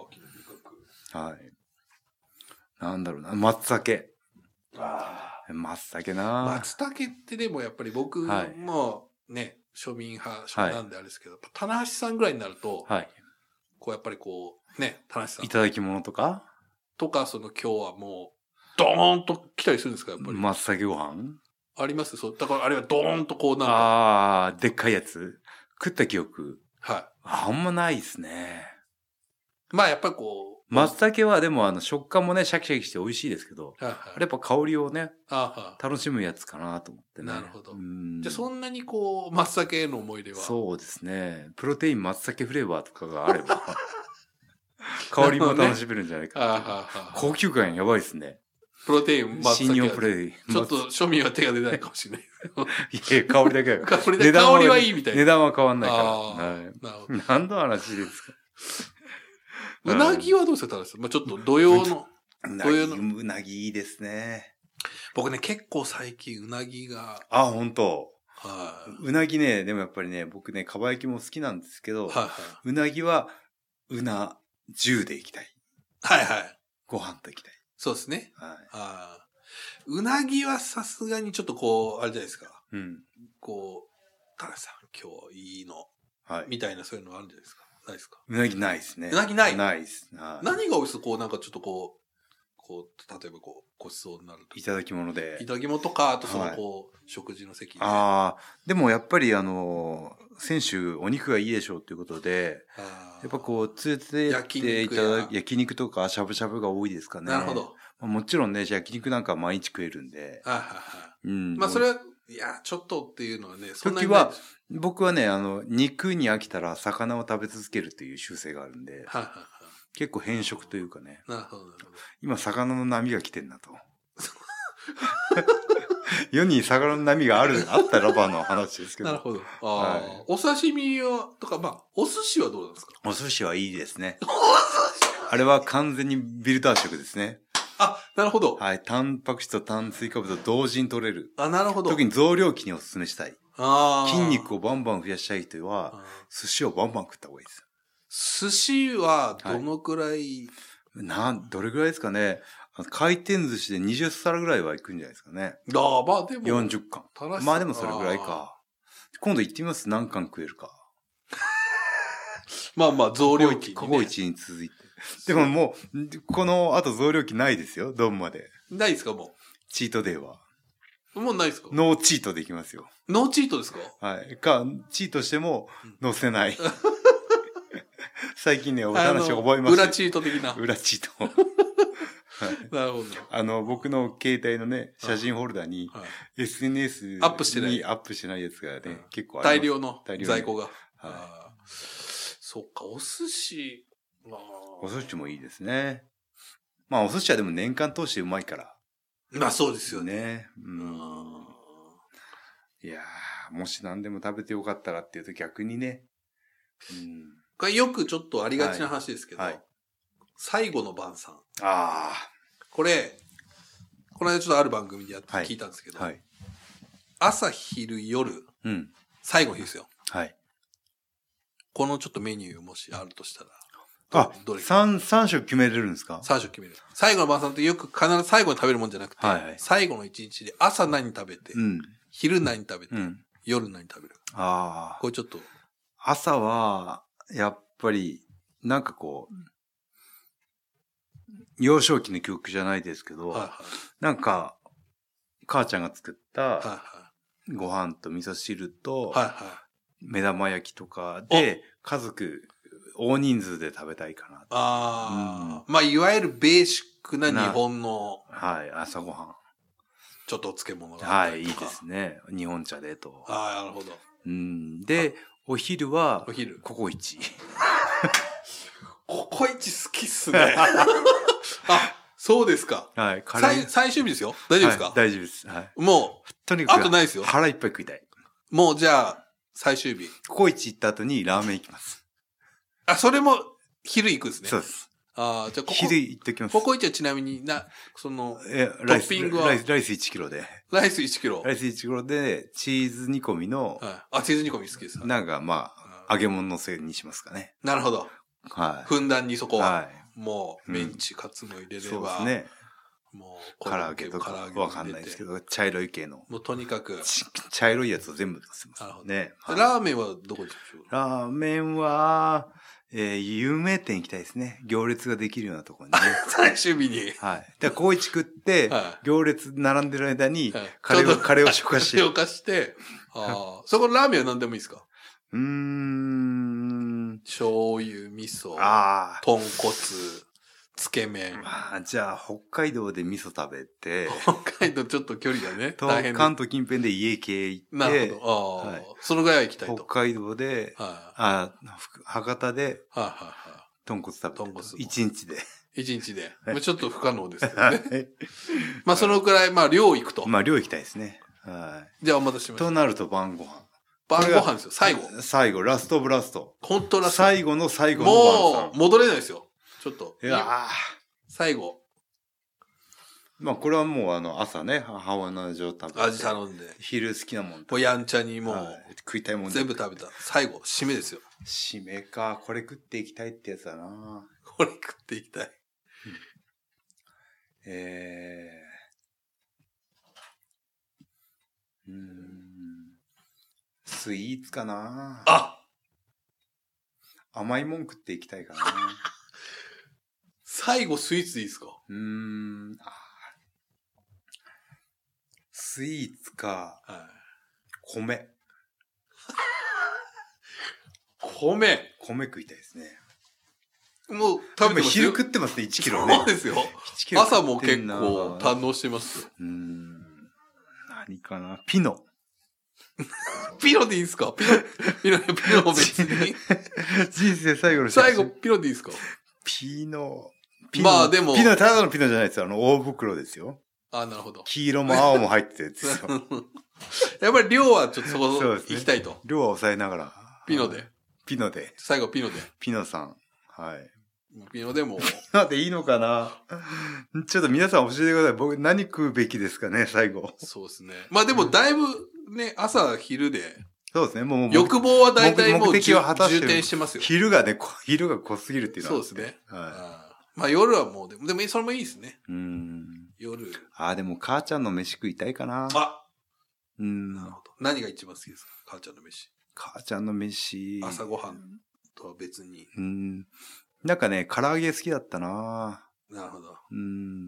Speaker 2: 秋の味覚。
Speaker 1: はい。なんだろうな、松茸。
Speaker 2: あ
Speaker 1: 松茸
Speaker 2: あ。
Speaker 1: な
Speaker 2: 松茸ってでもやっぱり僕
Speaker 1: はい
Speaker 2: もね、庶民派、庶民なんであれですけど、やっぱ棚橋さんぐらいになると、
Speaker 1: はい。
Speaker 2: こうやっぱりこう、ね、棚橋さん
Speaker 1: いただき物とか、
Speaker 2: とか、その今日はもう、ドーンと来たりするんですか、やっぱり。
Speaker 1: 松茸ご飯
Speaker 2: ありますそう。だからあれはドーンとこうなんか、
Speaker 1: ああ、でっかいやつ。食った記憶。
Speaker 2: は
Speaker 1: あんまないですね。
Speaker 2: い。まあやっぱりこう、
Speaker 1: 松茸はでもあの食感もね、シャキシャキして美味しいですけど、
Speaker 2: はいはい、
Speaker 1: あれやっぱ香りをね、
Speaker 2: ああはい
Speaker 1: 楽しむやつかなと思ってね。
Speaker 2: なるほど
Speaker 1: うん
Speaker 2: じゃあそんなにこう、松茸への思い出は。
Speaker 1: そうですね。プロテイン松茸フレーバーとかがあれ ば、香りも楽しめるんじゃないか
Speaker 2: ああ
Speaker 1: な
Speaker 2: はあはあ
Speaker 1: 高級感やばいですね。
Speaker 2: プロテイン、松
Speaker 1: 信用
Speaker 2: 茸
Speaker 1: プレイ。
Speaker 2: ちょっと庶民は手が出ないかもし れない。
Speaker 1: いや、香りだけだから。
Speaker 2: これ
Speaker 1: 値
Speaker 2: で
Speaker 1: 段は
Speaker 2: 香りはいいみたいな。
Speaker 1: 値段は変わんないから。
Speaker 2: あー
Speaker 1: は
Speaker 2: なるほ
Speaker 1: い。何の話ですか
Speaker 2: ど。うなぎはどうですか、田中さん。まあ、ちょっと土曜の。
Speaker 1: う
Speaker 2: どういうの
Speaker 1: うなぎいいですね。
Speaker 2: 僕ね、結構最近うなぎが、
Speaker 1: あ、本当
Speaker 2: は
Speaker 1: うなぎね、でもやっぱりね、僕ね、かば焼きも好きなんですけ
Speaker 2: い。
Speaker 1: ど、
Speaker 2: はいは
Speaker 1: うなぎは、うな重でいきたい。
Speaker 2: い。はいはい。
Speaker 1: ご飯といきたい。
Speaker 2: そうですね。
Speaker 1: はい。
Speaker 2: あーうなぎはさすがにちょっとこう、あれじゃないですか。
Speaker 1: うん。
Speaker 2: こう、田中さん、今日いいの。
Speaker 1: はい。
Speaker 2: みたいなそういうのあるんじゃないですか。ないですか。
Speaker 1: うなぎないですね。
Speaker 2: うなぎない
Speaker 1: ないです。はい
Speaker 2: 何が美味しそうこう、なんかちょっとこう、こう、例えばこう、ごちそうになると
Speaker 1: いただき物で
Speaker 2: い。ただきもとか、あとその
Speaker 1: はい
Speaker 2: こう、食事の席で
Speaker 1: ああ、でもやっぱりあの、選手お肉がいいでしょうということで、
Speaker 2: あー
Speaker 1: やっぱこう、連れてっていただ
Speaker 2: 焼肉や
Speaker 1: 焼肉とかしゃぶしゃぶが多いですかね。
Speaker 2: なるほど。
Speaker 1: まあ。もちろんね、焼肉なんか毎日食えるんで。
Speaker 2: はいはいはい。
Speaker 1: うん。
Speaker 2: まあそれは、いや、ちょっとっていうのはね、そんな
Speaker 1: 時
Speaker 2: に
Speaker 1: は
Speaker 2: ない、
Speaker 1: 僕はね、あの、肉に飽きたら魚を食べ続けるという習性があるんで、
Speaker 2: はいはいは
Speaker 1: 結構変色というかね、
Speaker 2: い。なるほど、なるほど。
Speaker 1: 今魚の波が来てんなと。 世に魚の波がある、あったらばの話ですけ
Speaker 2: なる
Speaker 1: ど。
Speaker 2: ほど。あー
Speaker 1: はい
Speaker 2: お刺身は、とか、まあ、お寿司はどうなんですか
Speaker 1: お寿司はいいですね。あれは完全にビルダー食ですね。
Speaker 2: あ、なるほど。
Speaker 1: はい。タンパク質と炭水化物を同時に取れる。
Speaker 2: あ、なるほど。
Speaker 1: 特に増量期にお勧めしたい。
Speaker 2: あー
Speaker 1: 筋肉をバンバン増やしたい人は、
Speaker 2: あ
Speaker 1: 寿司をバンバン食った方がいいです。
Speaker 2: ー寿司はどのくらい、
Speaker 1: なん、どれぐらいですかね。回転寿司で20皿ぐらいは行くんじゃないですかね。
Speaker 2: ああ、まあでも。
Speaker 1: 40巻。
Speaker 2: 垂らし
Speaker 1: まあでもそれぐらい。か。今度行ってみます何巻食えるか。
Speaker 2: まあまあ、増量期、ね。
Speaker 1: ココイチに続いて。でももう、この後増量期ないですよ。ドンまで。
Speaker 2: ないですか、も
Speaker 1: チートデイは。
Speaker 2: う。もうないですか
Speaker 1: ノーチートでいきますよ。
Speaker 2: ノーチートですか
Speaker 1: はい。か、チートしても
Speaker 2: うん、
Speaker 1: 乗せ ない。最近ね、お話を覚えま
Speaker 2: あの
Speaker 1: した。
Speaker 2: 裏チート的な。
Speaker 1: 裏チ ート。
Speaker 2: なるほど。
Speaker 1: あの、僕の携帯のね、写真フォルダに、
Speaker 2: はい
Speaker 1: SNS に
Speaker 2: アップしてない
Speaker 1: アップしてないやつがね、
Speaker 2: うん
Speaker 1: 結構ありま
Speaker 2: 大
Speaker 1: す。
Speaker 2: 量の
Speaker 1: 大量の
Speaker 2: 在庫が。
Speaker 1: は
Speaker 2: あーそっか、お寿司。まあ
Speaker 1: い。お寿司もいいですね。まあ、お寿司はでも年間通してうまいから。
Speaker 2: まあそうで
Speaker 1: です
Speaker 2: よね。
Speaker 1: ね。う
Speaker 2: うん
Speaker 1: ん。いやー、もし何でも食べてよかったらっていうと逆にね。うん。
Speaker 2: これよくちょっとありがちな話ですけど、
Speaker 1: はいはい
Speaker 2: 最後の晩餐。
Speaker 1: あ
Speaker 2: これ、この間ちょっとある番組でやって
Speaker 1: はい
Speaker 2: 聞いたんですけど、
Speaker 1: あ。はい。
Speaker 2: 朝、昼、夜、
Speaker 1: うん。
Speaker 2: 最後の日ですよ。
Speaker 1: はい。
Speaker 2: このちょっとメニューもしあるとしたら、
Speaker 1: あ
Speaker 2: どど、れ
Speaker 1: 三、三食決めれるんですか
Speaker 2: 最初決める。最後の晩餐ってよく必ず最後に食べるもんじゃなくて、
Speaker 1: はいはい
Speaker 2: 最後の一日で朝何食べて、
Speaker 1: うん。
Speaker 2: 昼何食べて、
Speaker 1: うん。
Speaker 2: 夜何食べる。
Speaker 1: あ
Speaker 2: これちょっと、
Speaker 1: あ。朝は、やっぱり、なんかこう、幼少期の記憶じゃないですけど、
Speaker 2: はいはい
Speaker 1: なんか、母ちゃんが作っ
Speaker 2: はい
Speaker 1: た
Speaker 2: は
Speaker 1: ご飯と味噌汁と
Speaker 2: い。はいはい。
Speaker 1: 目玉焼きとかで家族大人数で食べたいかな。
Speaker 2: ああ、まあ、いわゆるベーシックな日本の
Speaker 1: はい、朝ごは
Speaker 2: ちょっとお漬物
Speaker 1: ん。
Speaker 2: があっ
Speaker 1: は
Speaker 2: た
Speaker 1: い、い
Speaker 2: り
Speaker 1: い
Speaker 2: と
Speaker 1: で
Speaker 2: か。
Speaker 1: すね。日本茶でと。
Speaker 2: ああ、なるほど。
Speaker 1: うん、で、お昼は
Speaker 2: お、昼。
Speaker 1: ココイチ。
Speaker 2: ココイチ好きっすね。あ、そうですか。
Speaker 1: はい、カレ
Speaker 2: 最
Speaker 1: ー。
Speaker 2: 最終日ですよ。大丈夫ですか、
Speaker 1: はい大丈夫です。はい。
Speaker 2: も
Speaker 1: とに
Speaker 2: う、
Speaker 1: か
Speaker 2: あ
Speaker 1: く、
Speaker 2: とないですよ。
Speaker 1: 腹いっぱい食いたい。
Speaker 2: もうじゃあ、最終日。
Speaker 1: ココイチ行った後にラーメン行きます。
Speaker 2: あ、それも昼行くんですね。
Speaker 1: そうです。
Speaker 2: ああ、じゃあここ、
Speaker 1: 昼行ってきます
Speaker 2: コ。コイチはちなみにな、その、
Speaker 1: え、ライス、
Speaker 2: トッピングは
Speaker 1: ライス、ライス1キロで。
Speaker 2: ライス1キロ。
Speaker 1: ラ
Speaker 2: はい。
Speaker 1: イス1キロで、チーズ煮込みの、
Speaker 2: あ、チーズ煮込み好きです。な
Speaker 1: なんかまあ、揚げ物のせいにしますかね。
Speaker 2: なるほど。
Speaker 1: は
Speaker 2: ふんだんにそ
Speaker 1: い。
Speaker 2: こは。
Speaker 1: は
Speaker 2: もう、
Speaker 1: うん
Speaker 2: メンチカツも入れ
Speaker 1: い。
Speaker 2: れ
Speaker 1: そうで
Speaker 2: ば、
Speaker 1: すね。
Speaker 2: もうコ
Speaker 1: 唐
Speaker 2: ロ
Speaker 1: 揚
Speaker 2: ッケ
Speaker 1: げ
Speaker 2: も、
Speaker 1: と
Speaker 2: 唐
Speaker 1: か
Speaker 2: 揚げも入れて、
Speaker 1: わかんないですけど、茶色い系の。
Speaker 2: もうとにかく、
Speaker 1: ち茶色いやつを全部出せます
Speaker 2: なるほ。ど
Speaker 1: ね。はい
Speaker 2: ラーメンはどこでしょう
Speaker 1: ラーメンは、えー有名店行きたいですね。行列ができるようなところにね。
Speaker 2: 最終日
Speaker 1: は
Speaker 2: に。
Speaker 1: い。だから、高一食って、
Speaker 2: は
Speaker 1: 行列並んでる間に
Speaker 2: はい、
Speaker 1: カレ
Speaker 2: ちょ
Speaker 1: ー
Speaker 2: う
Speaker 1: を、
Speaker 2: ど
Speaker 1: カレーを消化して。
Speaker 2: 消
Speaker 1: う
Speaker 2: 化して、あーそこのラーメンは何でもいいですか
Speaker 1: ーん。
Speaker 2: 醤油、味噌、
Speaker 1: あ
Speaker 2: 豚骨、つけ麺
Speaker 1: あ。。まあ、じゃあ、北海道で味噌食べて、
Speaker 2: 北海道ちょっと距離がね、
Speaker 1: と
Speaker 2: 大変です
Speaker 1: 関東近辺で家系行
Speaker 2: な
Speaker 1: って
Speaker 2: る、ほど。ああ、
Speaker 1: はい
Speaker 2: そのぐらいは行きたい
Speaker 1: 北
Speaker 2: と。
Speaker 1: 海道で、
Speaker 2: はい、
Speaker 1: あふ博多で
Speaker 2: はいはいは
Speaker 1: 豚骨食べ
Speaker 2: 豚
Speaker 1: て
Speaker 2: 骨
Speaker 1: た、一日で。
Speaker 2: い。一日で。もうちょっと不可能ですけど
Speaker 1: は
Speaker 2: ね。
Speaker 1: い
Speaker 2: まあそのくらい、まあ量行く と。
Speaker 1: まあ、量行きたいですね。は
Speaker 2: じゃあお待たせし
Speaker 1: い。
Speaker 2: ま
Speaker 1: と
Speaker 2: した。
Speaker 1: なると晩ご飯。
Speaker 2: 晩ご飯ですよ、最後。
Speaker 1: 最後、ラストオブラスト。
Speaker 2: 本当ラスト
Speaker 1: 最後の最後の
Speaker 2: も
Speaker 1: 晩
Speaker 2: う、戻れないですよ。ちょっと。
Speaker 1: 餐。いやー
Speaker 2: 最後、
Speaker 1: まあ、これはもう、あの、朝ね、母親の味を食べて。
Speaker 2: 味頼んで。
Speaker 1: 昼好きなもん食べて
Speaker 2: もうやんちゃにも
Speaker 1: は
Speaker 2: う、
Speaker 1: い食いたいもん
Speaker 2: 全部食べた。最後、締めですよ。
Speaker 1: 締めか。これ食っていきたいってやつだな
Speaker 2: これ食っていきたい。
Speaker 1: えー。うーん。スイーツかな
Speaker 2: あ
Speaker 1: 甘いもん食っていきたいかな
Speaker 2: 最後、スイーツでいいですか
Speaker 1: うーん。あースイーツか、
Speaker 2: はい。
Speaker 1: 米。
Speaker 2: 米。
Speaker 1: 米食いたいですね。
Speaker 2: もう食べてます
Speaker 1: 昼
Speaker 2: よ。
Speaker 1: 食ってますね、1キロね
Speaker 2: そう。ですよ。
Speaker 1: 1キロ
Speaker 2: 朝
Speaker 1: 食
Speaker 2: も
Speaker 1: って
Speaker 2: 結
Speaker 1: んな
Speaker 2: 構堪能してますよ。
Speaker 1: うーん。何かなピノ。
Speaker 2: ピロでいいですかピロ、ピロ、ピロ 別に。
Speaker 1: 人生最後の写真
Speaker 2: 最後、ピロでいいですか
Speaker 1: ピノ。ピノ
Speaker 2: まあでも
Speaker 1: ピノ、ただのピノじゃないですよ。あの、大袋ですよ。
Speaker 2: あ、なるほど。
Speaker 1: 黄色も青も入ってたやつですよ。
Speaker 2: やっぱり量はちょっとそこ、
Speaker 1: そう
Speaker 2: 行
Speaker 1: ですね
Speaker 2: きたいと。
Speaker 1: 量は抑えながら。
Speaker 2: ピノで。
Speaker 1: ピノで。
Speaker 2: 最後、ピノで。
Speaker 1: ピノさん。はい。
Speaker 2: 微妙 でも、
Speaker 1: なんでいいのかなちょっと皆さん教えてください。僕何食うべきですかね、最後。
Speaker 2: そうですね。まあでもだいぶね、朝、昼で、
Speaker 1: そうですね、もう、
Speaker 2: 欲望は大体も
Speaker 1: 目
Speaker 2: う
Speaker 1: 的
Speaker 2: 充
Speaker 1: を果たしてる
Speaker 2: 充填してますよ。
Speaker 1: 昼がね、こ昼が濃すぎるっていうの
Speaker 2: そう
Speaker 1: は。
Speaker 2: ですね。
Speaker 1: は
Speaker 2: あーまあ夜はもうでも、でもそれもいいですね。
Speaker 1: い。うん。
Speaker 2: 夜。
Speaker 1: ああ、でも母ちゃんの飯食いたいかな。
Speaker 2: あ
Speaker 1: うん
Speaker 2: な。るほど。何が一番好きですか母ちゃんの飯。
Speaker 1: 母ちゃんの飯。
Speaker 2: 朝ごはんとは別に。
Speaker 1: うん。なんかね、唐揚げ好きだったな。
Speaker 2: なるほど。は
Speaker 1: うん。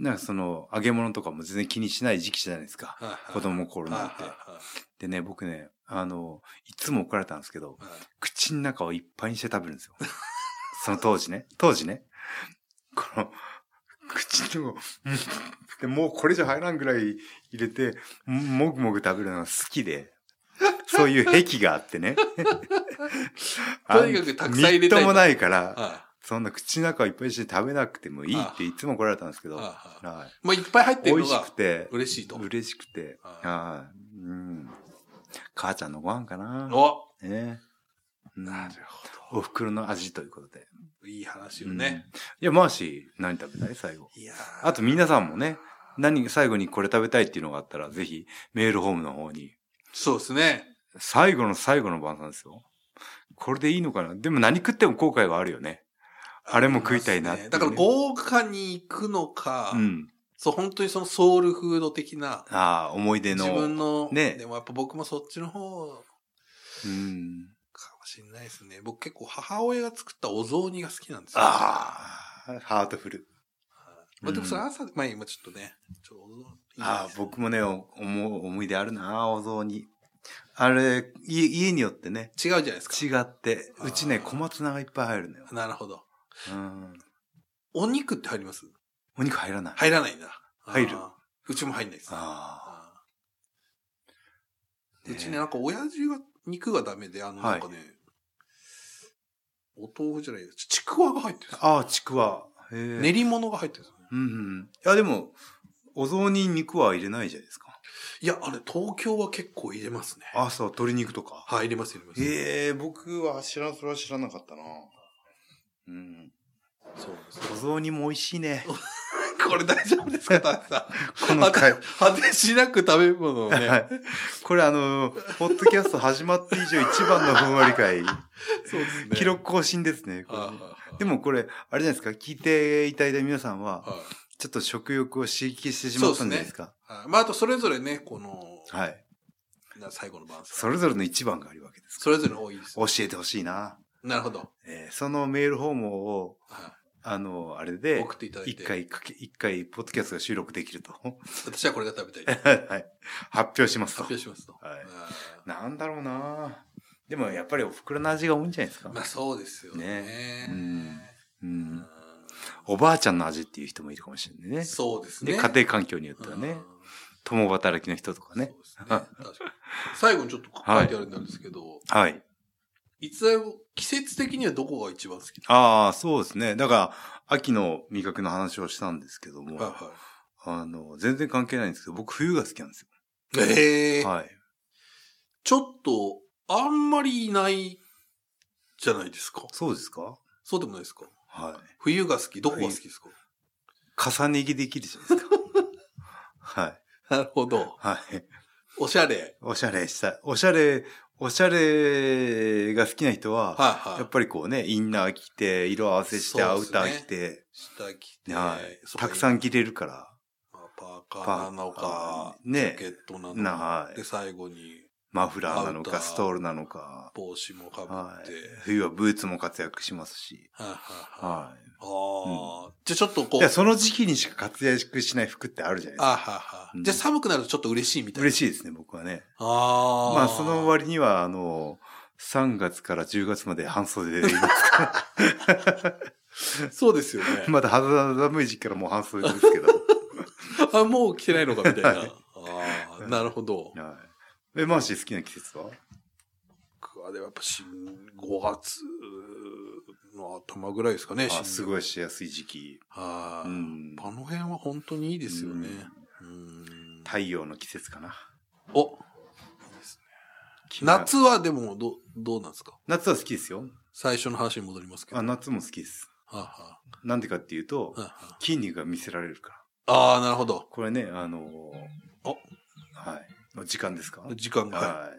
Speaker 1: なんかその、揚げ物とかも全然気にしない時期じゃないですか。
Speaker 2: いはい
Speaker 1: 子供の頃
Speaker 2: はい
Speaker 1: な
Speaker 2: は
Speaker 1: ん
Speaker 2: い
Speaker 1: て。
Speaker 2: は
Speaker 1: でね、僕ね、あの、いつも怒られたんですけど、
Speaker 2: いはい
Speaker 1: 口の中をいっぱいにして食べるんです よ。その当時ね。当時ね。この、口の、うんでもうこれ以上入らんぐらい入れて、ももぐもぐ食べるのが好きで、そういう癖があってね。
Speaker 2: とにかくたくさん入れたいと
Speaker 1: みっともないから、
Speaker 2: は
Speaker 1: そんな口の中をいっぱいにして食べなくてもいいっていつも怒られたんですけ
Speaker 2: い
Speaker 1: ど、
Speaker 2: はい
Speaker 1: は
Speaker 2: はい
Speaker 1: い
Speaker 2: まあいっぱい入って
Speaker 1: 美味
Speaker 2: るの
Speaker 1: し
Speaker 2: が
Speaker 1: くて、
Speaker 2: 嬉しいと。
Speaker 1: 嬉しくて、
Speaker 2: はい
Speaker 1: はい。うん。母ちゃんのご飯かな。
Speaker 2: お
Speaker 1: ね。うん
Speaker 2: なる
Speaker 1: お
Speaker 2: ほ
Speaker 1: 袋の味ということで。
Speaker 2: ど。いい話よね。
Speaker 1: うん。いや、マーシー、何食べたい最後。
Speaker 2: いやー
Speaker 1: あと皆さんもね、何、最後にこれ食べたいっていうのがあったら、ぜひ、メールホームの方に。
Speaker 2: そうですね。
Speaker 1: 最後の最後の晩餐ですよ。これでいいのかなでも何食っても後悔はあるよね。あれも食いたいなっていうね
Speaker 2: だから豪華に行くのか、
Speaker 1: うん。
Speaker 2: そう、本当にそのソウルフード的な、
Speaker 1: ああ、思い出の。
Speaker 2: 自分の、
Speaker 1: ね
Speaker 2: でもやっぱ僕もそっちの方
Speaker 1: うん。
Speaker 2: かもしれないですね。僕結構母親が作ったお雑煮が好きなんですよ。
Speaker 1: ああ、ハートフル。
Speaker 2: まあでもそれ朝、まあ今ちょっとね、ちょうど
Speaker 1: ああ、僕もね、お思う思い出あるな、お雑煮。あれ、家家によってね、
Speaker 2: 違うじゃないですか。
Speaker 1: 違って、うちね、
Speaker 2: あー
Speaker 1: 小松菜がいっぱい入るのよ。
Speaker 2: なるほど。
Speaker 1: うん。
Speaker 2: お肉って入ります
Speaker 1: お肉入らない。
Speaker 2: 入らないんだ。
Speaker 1: 入る
Speaker 2: あー。うちも入んないです。
Speaker 1: あ
Speaker 2: あ
Speaker 1: あ。
Speaker 2: ーうちね、
Speaker 1: ね
Speaker 2: なんか親父が、肉がダメで、あの、
Speaker 1: は
Speaker 2: ないんかね、お豆腐じゃないちちくわが入ってるんですよ
Speaker 1: ああ、ちくわ。へえ。
Speaker 2: 練り物が入ってるんですよね。
Speaker 1: うんうん。いや、でも、お雑煮に肉は入れないじゃないですか。
Speaker 2: いや、あれ、東京は結構入れますね。
Speaker 1: あ、そう、鶏肉とか。
Speaker 2: はい、入れます、入れます。
Speaker 1: へえ、僕は知らん、それは知らなかったな。うん。
Speaker 2: そうなんです
Speaker 1: お雑煮も美味しいね。
Speaker 2: これ大丈 夫ですか田中さん。
Speaker 1: この回
Speaker 2: 果て果てしなく食べ物をね。
Speaker 1: はい。 これあの、ポッドキャスト始まって以上一番のふんわり会。
Speaker 2: そうですね。
Speaker 1: 記録更新ですね。これねで
Speaker 2: も、
Speaker 1: もこれ、あれじゃないですか、聞いていただいた皆さんは、
Speaker 2: はい
Speaker 1: ちょっと食欲を刺激してしまったんじゃないですか。
Speaker 2: はいまあ、あと、それぞれね、この、
Speaker 1: はい。
Speaker 2: な最後の晩餐。
Speaker 1: それぞれの一番があるわけです。
Speaker 2: それぞれの多いです。
Speaker 1: 教えてほしいな。
Speaker 2: なるほど。
Speaker 1: えーそのメールフォームを、
Speaker 2: は
Speaker 1: あの、あれ
Speaker 2: い
Speaker 1: で
Speaker 2: 送、っていただい
Speaker 1: 一
Speaker 2: て。
Speaker 1: 回かけ、一回、ポッドキャストが収録できると。
Speaker 2: 私はこれが食べたい。
Speaker 1: はい。発表します
Speaker 2: 発
Speaker 1: と。
Speaker 2: 表しますと。
Speaker 1: はい
Speaker 2: あー
Speaker 1: なんだろうなでもやっぱりお袋の味が多いんじゃないですか。
Speaker 2: まあ、そうですよね。
Speaker 1: うんう。
Speaker 2: うんん
Speaker 1: おばあちゃんの味っていう人もいるかもしれないね。
Speaker 2: そうですね。
Speaker 1: で、家庭環境によっては
Speaker 2: う
Speaker 1: ね
Speaker 2: ん。
Speaker 1: 共働きの人とかね
Speaker 2: そ。うですね。確かに。最後にちょっと書いてあるんであれですけど、
Speaker 1: はい。
Speaker 2: いつでも季節的にはどこが一番好き
Speaker 1: ああ、そうですね。だから、秋の味覚の話をしたんですけども、
Speaker 2: はいは
Speaker 1: あの、全然関係ないんですけど、僕冬が好きなんです
Speaker 2: い。ええ
Speaker 1: よ。はい。
Speaker 2: ちょっと、あんまりいないじゃないですか。
Speaker 1: そうですか
Speaker 2: そうでもないですか。
Speaker 1: はい。
Speaker 2: 冬が好き、どこが好きですか
Speaker 1: 重ね着できるじゃないですか。 はい。
Speaker 2: なるほど。
Speaker 1: はい。
Speaker 2: おしゃれ。
Speaker 1: おしゃれしたい。おしゃれ、おしゃれが好きな人は、
Speaker 2: はいはい。
Speaker 1: やっぱりこうね、インナー着て、色合わせして、ア
Speaker 2: そう
Speaker 1: ウ
Speaker 2: ですね
Speaker 1: ター着て、
Speaker 2: 下着て、
Speaker 1: はい。
Speaker 2: そう
Speaker 1: たくさん着れるから。
Speaker 2: まあパーカーなのか、
Speaker 1: ね
Speaker 2: ジャケットなの
Speaker 1: な
Speaker 2: か
Speaker 1: は、い
Speaker 2: で、最後に
Speaker 1: マフラーなの
Speaker 2: アウタ
Speaker 1: か、
Speaker 2: ー
Speaker 1: ストールなのか。
Speaker 2: 帽子もか
Speaker 1: は
Speaker 2: ぶっ
Speaker 1: い
Speaker 2: て。。
Speaker 1: 冬はブーツも活躍しますし。
Speaker 2: はいはいはい。
Speaker 1: は
Speaker 2: ああ、じゃあちょっとこ、
Speaker 1: い。いうや、その時期にしか活躍しない服ってあるじゃないです
Speaker 2: あ
Speaker 1: か。
Speaker 2: はは、
Speaker 1: うん
Speaker 2: じゃあ寒くなるとちょっと嬉しいみたいな。
Speaker 1: 嬉しいですね、僕はね。
Speaker 2: ああ。
Speaker 1: まあ、その割には、あの、3月から10月まで半袖 でいますか
Speaker 2: そうですよね。
Speaker 1: ら、まだ肌寒い時期からもう半袖ですけど。
Speaker 2: あ、もう来てないのかみたいな。
Speaker 1: はい
Speaker 2: ああ、なるほど。
Speaker 1: はい。え、マーシー好きな季節は
Speaker 2: 僕はでもやっぱ新、5月の頭ぐらいですかね、
Speaker 1: あ
Speaker 2: 新
Speaker 1: すごいしやすい時期。
Speaker 2: はい、
Speaker 1: うん
Speaker 2: あの辺は本当にいいですよね。うん。
Speaker 1: 太陽の季節かな。
Speaker 2: お、夏はでもど、どうなんですか
Speaker 1: 夏は好きですよ。
Speaker 2: 最初の話に戻りますけど。
Speaker 1: あ、夏も好きです。
Speaker 2: はあは
Speaker 1: なんでかっていうと
Speaker 2: あ、はあは
Speaker 1: 筋肉が見せられるから。
Speaker 2: あ、ああ、なるほど。
Speaker 1: これね、あのー
Speaker 2: お
Speaker 1: はい。まあ時間ですか
Speaker 2: 時間が。は
Speaker 1: はい。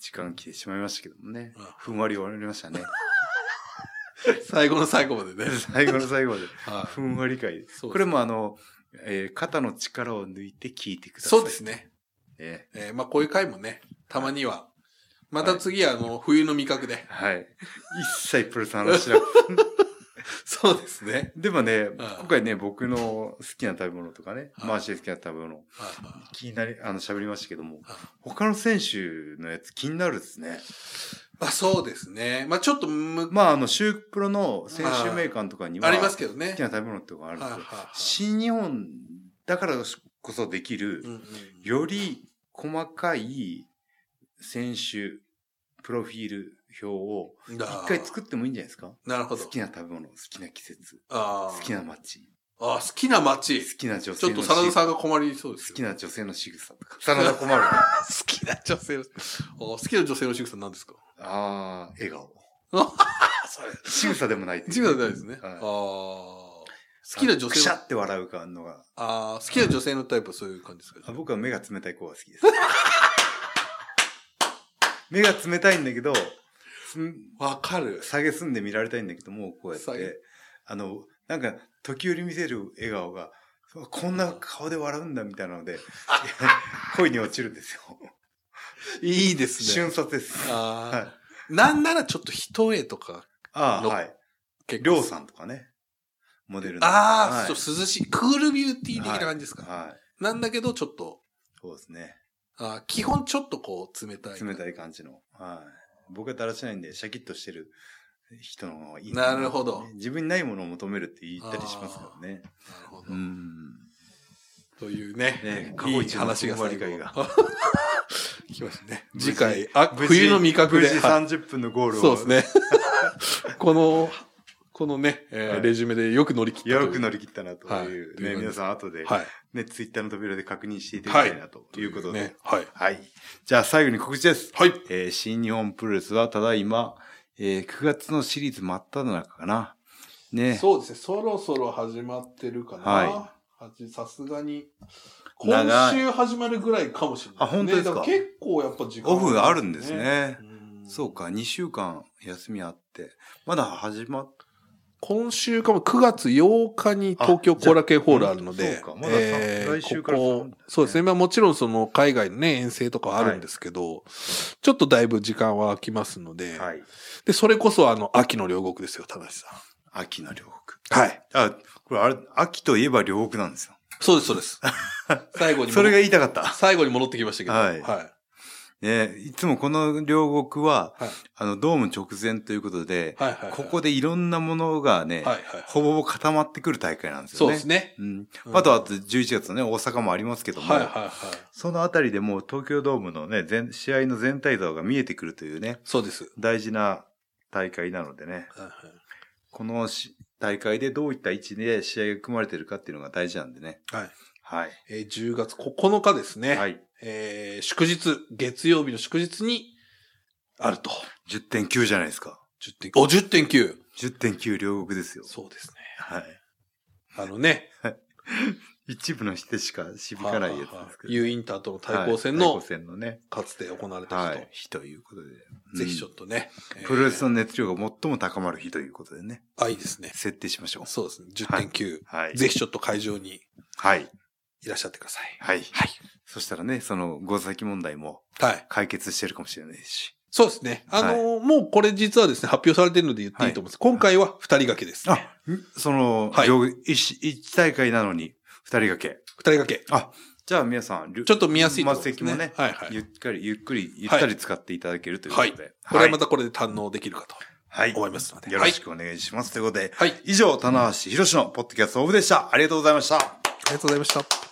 Speaker 1: 時間来てしまいましたけどもね
Speaker 2: うん。
Speaker 1: ふんわり終わりました ね。
Speaker 2: い 最後の最後までね。
Speaker 1: 最後の最後まで。
Speaker 2: は
Speaker 1: ふんわり会
Speaker 2: い。。そうですね
Speaker 1: これもあの、えー肩の力を抜いて聞いてください。
Speaker 2: そうですね。
Speaker 1: ね。
Speaker 2: えーまあこういう回もね、たまには。また次はあの、冬の味覚で。
Speaker 1: はい。一切プロレスの話し なくて
Speaker 2: そうですね。
Speaker 1: でもね、
Speaker 2: ん
Speaker 1: 今回ね、僕の好きな食べ物とかね、
Speaker 2: はい
Speaker 1: マーシー好きな食べ物、
Speaker 2: はいはい
Speaker 1: 気になり、あの、喋りましたけども
Speaker 2: はい、
Speaker 1: 他の選手のやつ気になるですね。
Speaker 2: まあそうですね。まあちょっとむ、
Speaker 1: まあ、あの、シュープロの選手名鑑とかには、
Speaker 2: ありますけどね
Speaker 1: 好き。な食べ物とかあるんで
Speaker 2: は
Speaker 1: す
Speaker 2: いはい
Speaker 1: よ。
Speaker 2: はい
Speaker 1: 新日本だからこそできる、
Speaker 2: うんうん
Speaker 1: より細かい選手、プロフィール表を
Speaker 2: だ
Speaker 1: 一回作ってもいいんじゃないですか
Speaker 2: なるほ
Speaker 1: 好
Speaker 2: ど。
Speaker 1: きな食べ物、好きな季節、
Speaker 2: あ
Speaker 1: 好
Speaker 2: ー
Speaker 1: きな街、
Speaker 2: あー、好きな街。
Speaker 1: 好きな女
Speaker 2: ちょ
Speaker 1: 性
Speaker 2: っ
Speaker 1: の
Speaker 2: と
Speaker 1: 仕
Speaker 2: 真田
Speaker 1: 草
Speaker 2: さんが困りそうです
Speaker 1: 好
Speaker 2: よ。
Speaker 1: きな女性の仕草とか。真田困る。あ
Speaker 2: 好きな女性の、あ好きな女性の仕草なんで すか
Speaker 1: あー、笑顔。
Speaker 2: あ、それ。
Speaker 1: 仕草でもないって
Speaker 2: 違うないですね。
Speaker 1: はい
Speaker 2: ああ。好きな女
Speaker 1: くし
Speaker 2: 性
Speaker 1: ゃ
Speaker 2: の、
Speaker 1: って笑うかのが。
Speaker 2: ああ、好きな女性のタイプはそういう感じです
Speaker 1: あ
Speaker 2: か
Speaker 1: 僕は目が冷たい子が好き です。目が冷たいんだけど、すん
Speaker 2: わかる。
Speaker 1: 下げすんで見られたいんだけども、こうやっ
Speaker 2: 下げ
Speaker 1: て、あの、なんか、時折見せる笑顔が、こんな顔で笑うんだみたいなので、 恋に落ちるんですよ。
Speaker 2: いいですね。
Speaker 1: 瞬殺です。あは
Speaker 2: ああ。なんならちょっと一重とか
Speaker 1: あ、
Speaker 2: の
Speaker 1: はい。
Speaker 2: 結構。
Speaker 1: りょうさんとかね、モデルの。
Speaker 2: ああ、
Speaker 1: はい
Speaker 2: そう、涼しい。クールビューティー的な感じですか。
Speaker 1: はい。
Speaker 2: なんだけど、ちょっと、
Speaker 1: そうですね。
Speaker 2: あー基本ちょっとこう、冷たい。
Speaker 1: 冷たい感じの。はい。僕はだらしないんで、シャキッとしてる人の方がいい
Speaker 2: なるほど
Speaker 1: 自分にないものを求めるって言ったりしますからね。
Speaker 2: なるほど。
Speaker 1: うん。
Speaker 2: というね。
Speaker 1: ね過
Speaker 2: い
Speaker 1: 去
Speaker 2: い
Speaker 1: 一の
Speaker 2: 話が
Speaker 1: ふんわ
Speaker 2: 最
Speaker 1: り
Speaker 2: 後
Speaker 1: 会が。
Speaker 2: 来ましたね。
Speaker 1: 無事
Speaker 2: 次回、あ、
Speaker 1: 無事
Speaker 2: 冬の味覚
Speaker 1: 無
Speaker 2: で。
Speaker 1: 事
Speaker 2: はい
Speaker 1: 30分のゴールを。
Speaker 2: そうですね。 この、このね、えー
Speaker 1: はい
Speaker 2: レジュメでよく乗り切ったという。
Speaker 1: よく乗り切ったなという、
Speaker 2: はい
Speaker 1: ね、皆さん後で、
Speaker 2: はい。
Speaker 1: ね、ツイッターの扉で確認していただきたいなということで。
Speaker 2: ね。はい。
Speaker 1: はい。じゃあ最後に告知です。
Speaker 2: はい。
Speaker 1: えー新日本プロレスはただいま、えー9月のシリーズ真っ只中かな。ね。
Speaker 2: そうですね。そろそろ始まってるかな。
Speaker 1: はい
Speaker 2: はじさすがに。今
Speaker 1: 長い
Speaker 2: 週始まるぐらいかもしれない、
Speaker 1: あ本当ですか
Speaker 2: だら結構やっぱ時間
Speaker 1: オフがあるんです。ね
Speaker 2: う。ん
Speaker 1: そうか、2週間休みあって、まだ始まっ
Speaker 2: 今週かも9月8日に東京後楽園ホールあるの
Speaker 1: あじ
Speaker 2: で
Speaker 1: ゃあ、そうかまださ
Speaker 2: えー
Speaker 1: 来週から
Speaker 2: こ
Speaker 1: なんだ
Speaker 2: こ
Speaker 1: ね
Speaker 2: そうですね。まあもちろんその海外のね、遠征とかはあるんですけど、ちょっとだいぶ時間は空きますので、
Speaker 1: て、はい、
Speaker 2: で、それこそあの、秋の両国ですよ、田無さ
Speaker 1: 秋の両国。
Speaker 2: ん。はい。
Speaker 1: あ、これあれ、秋といえば両国なんですよ。
Speaker 2: そうです、そうです。最後に戻、
Speaker 1: それが言いたかった。
Speaker 2: 最後に戻ってきましたけど、
Speaker 1: はいね、いつもこの両国は、
Speaker 2: はい
Speaker 1: あの、ドーム直前ということで、
Speaker 2: はいはいはい
Speaker 1: ここでいろんなものがね、
Speaker 2: はいはい。
Speaker 1: ほぼほぼ固まってくる大会なんです
Speaker 2: そ
Speaker 1: よ
Speaker 2: う
Speaker 1: ね。
Speaker 2: ですね。
Speaker 1: うん
Speaker 2: う。ん
Speaker 1: あとは11月のね、大阪もありますけども、
Speaker 2: はいはいはい。
Speaker 1: そのあたりでもう東京ドームのね、全試合の全体像が見えてくるというね、
Speaker 2: そうです。
Speaker 1: 大事な大会なのでね、
Speaker 2: はいはい
Speaker 1: このし大会でどういった位置で試合が組まれてるかっていうのが大事なんでね。
Speaker 2: はい。
Speaker 1: はい。
Speaker 2: えー10月9日ですね。
Speaker 1: はい。
Speaker 2: えー祝日、月曜日の祝日にあると。
Speaker 1: 10.9じゃないですか。
Speaker 2: 10.9。お、10.9。
Speaker 1: 10.9両国ですよ。
Speaker 2: そうですね。
Speaker 1: はい。
Speaker 2: あのね。
Speaker 1: 一部の人しか響かないやつですけど。
Speaker 2: ユーインターとの対抗戦の
Speaker 1: はい対抗、戦のね。
Speaker 2: かつて行われた
Speaker 1: は
Speaker 2: 日
Speaker 1: い。日ということで。
Speaker 2: と。ぜひちょ
Speaker 1: っ
Speaker 2: っとね。えー
Speaker 1: プロレスの熱量が最も高まる日ということでね。
Speaker 2: あ、いいですね。
Speaker 1: 設定しましょう。
Speaker 2: そうですね。10.9。
Speaker 1: はい。
Speaker 2: ぜひちょっと会場に
Speaker 1: はい。
Speaker 2: いらっしゃってください。
Speaker 1: はい。
Speaker 2: はい。
Speaker 1: そしたらね、その、ご先問題も
Speaker 2: はい。
Speaker 1: 解決してるかもしれないし。
Speaker 2: そうですね。あのーもうこれ実はですね、発表されてるので言っていいと思うんです。今回は二人掛けです、ね。
Speaker 1: あ、んその、
Speaker 2: はい
Speaker 1: 両一一大会なのに、二人掛け。
Speaker 2: 二人掛け。
Speaker 1: あ、じゃあ皆さん、ち
Speaker 2: ちょっと見やすいと
Speaker 1: まあ、
Speaker 2: ころです
Speaker 1: 席もね、
Speaker 2: はいはい。
Speaker 1: ゆっくり、ゆっくり、ゆったり使っていただけるということで。
Speaker 2: これはまたこれで堪能できるかと
Speaker 1: はい。
Speaker 2: 思いますので。
Speaker 1: よろしくお願いします。ということで、
Speaker 2: はい。はい。
Speaker 1: 以上、棚橋博士のポッドキャストオフでした。ありがとうございました。
Speaker 2: ありがとうございました。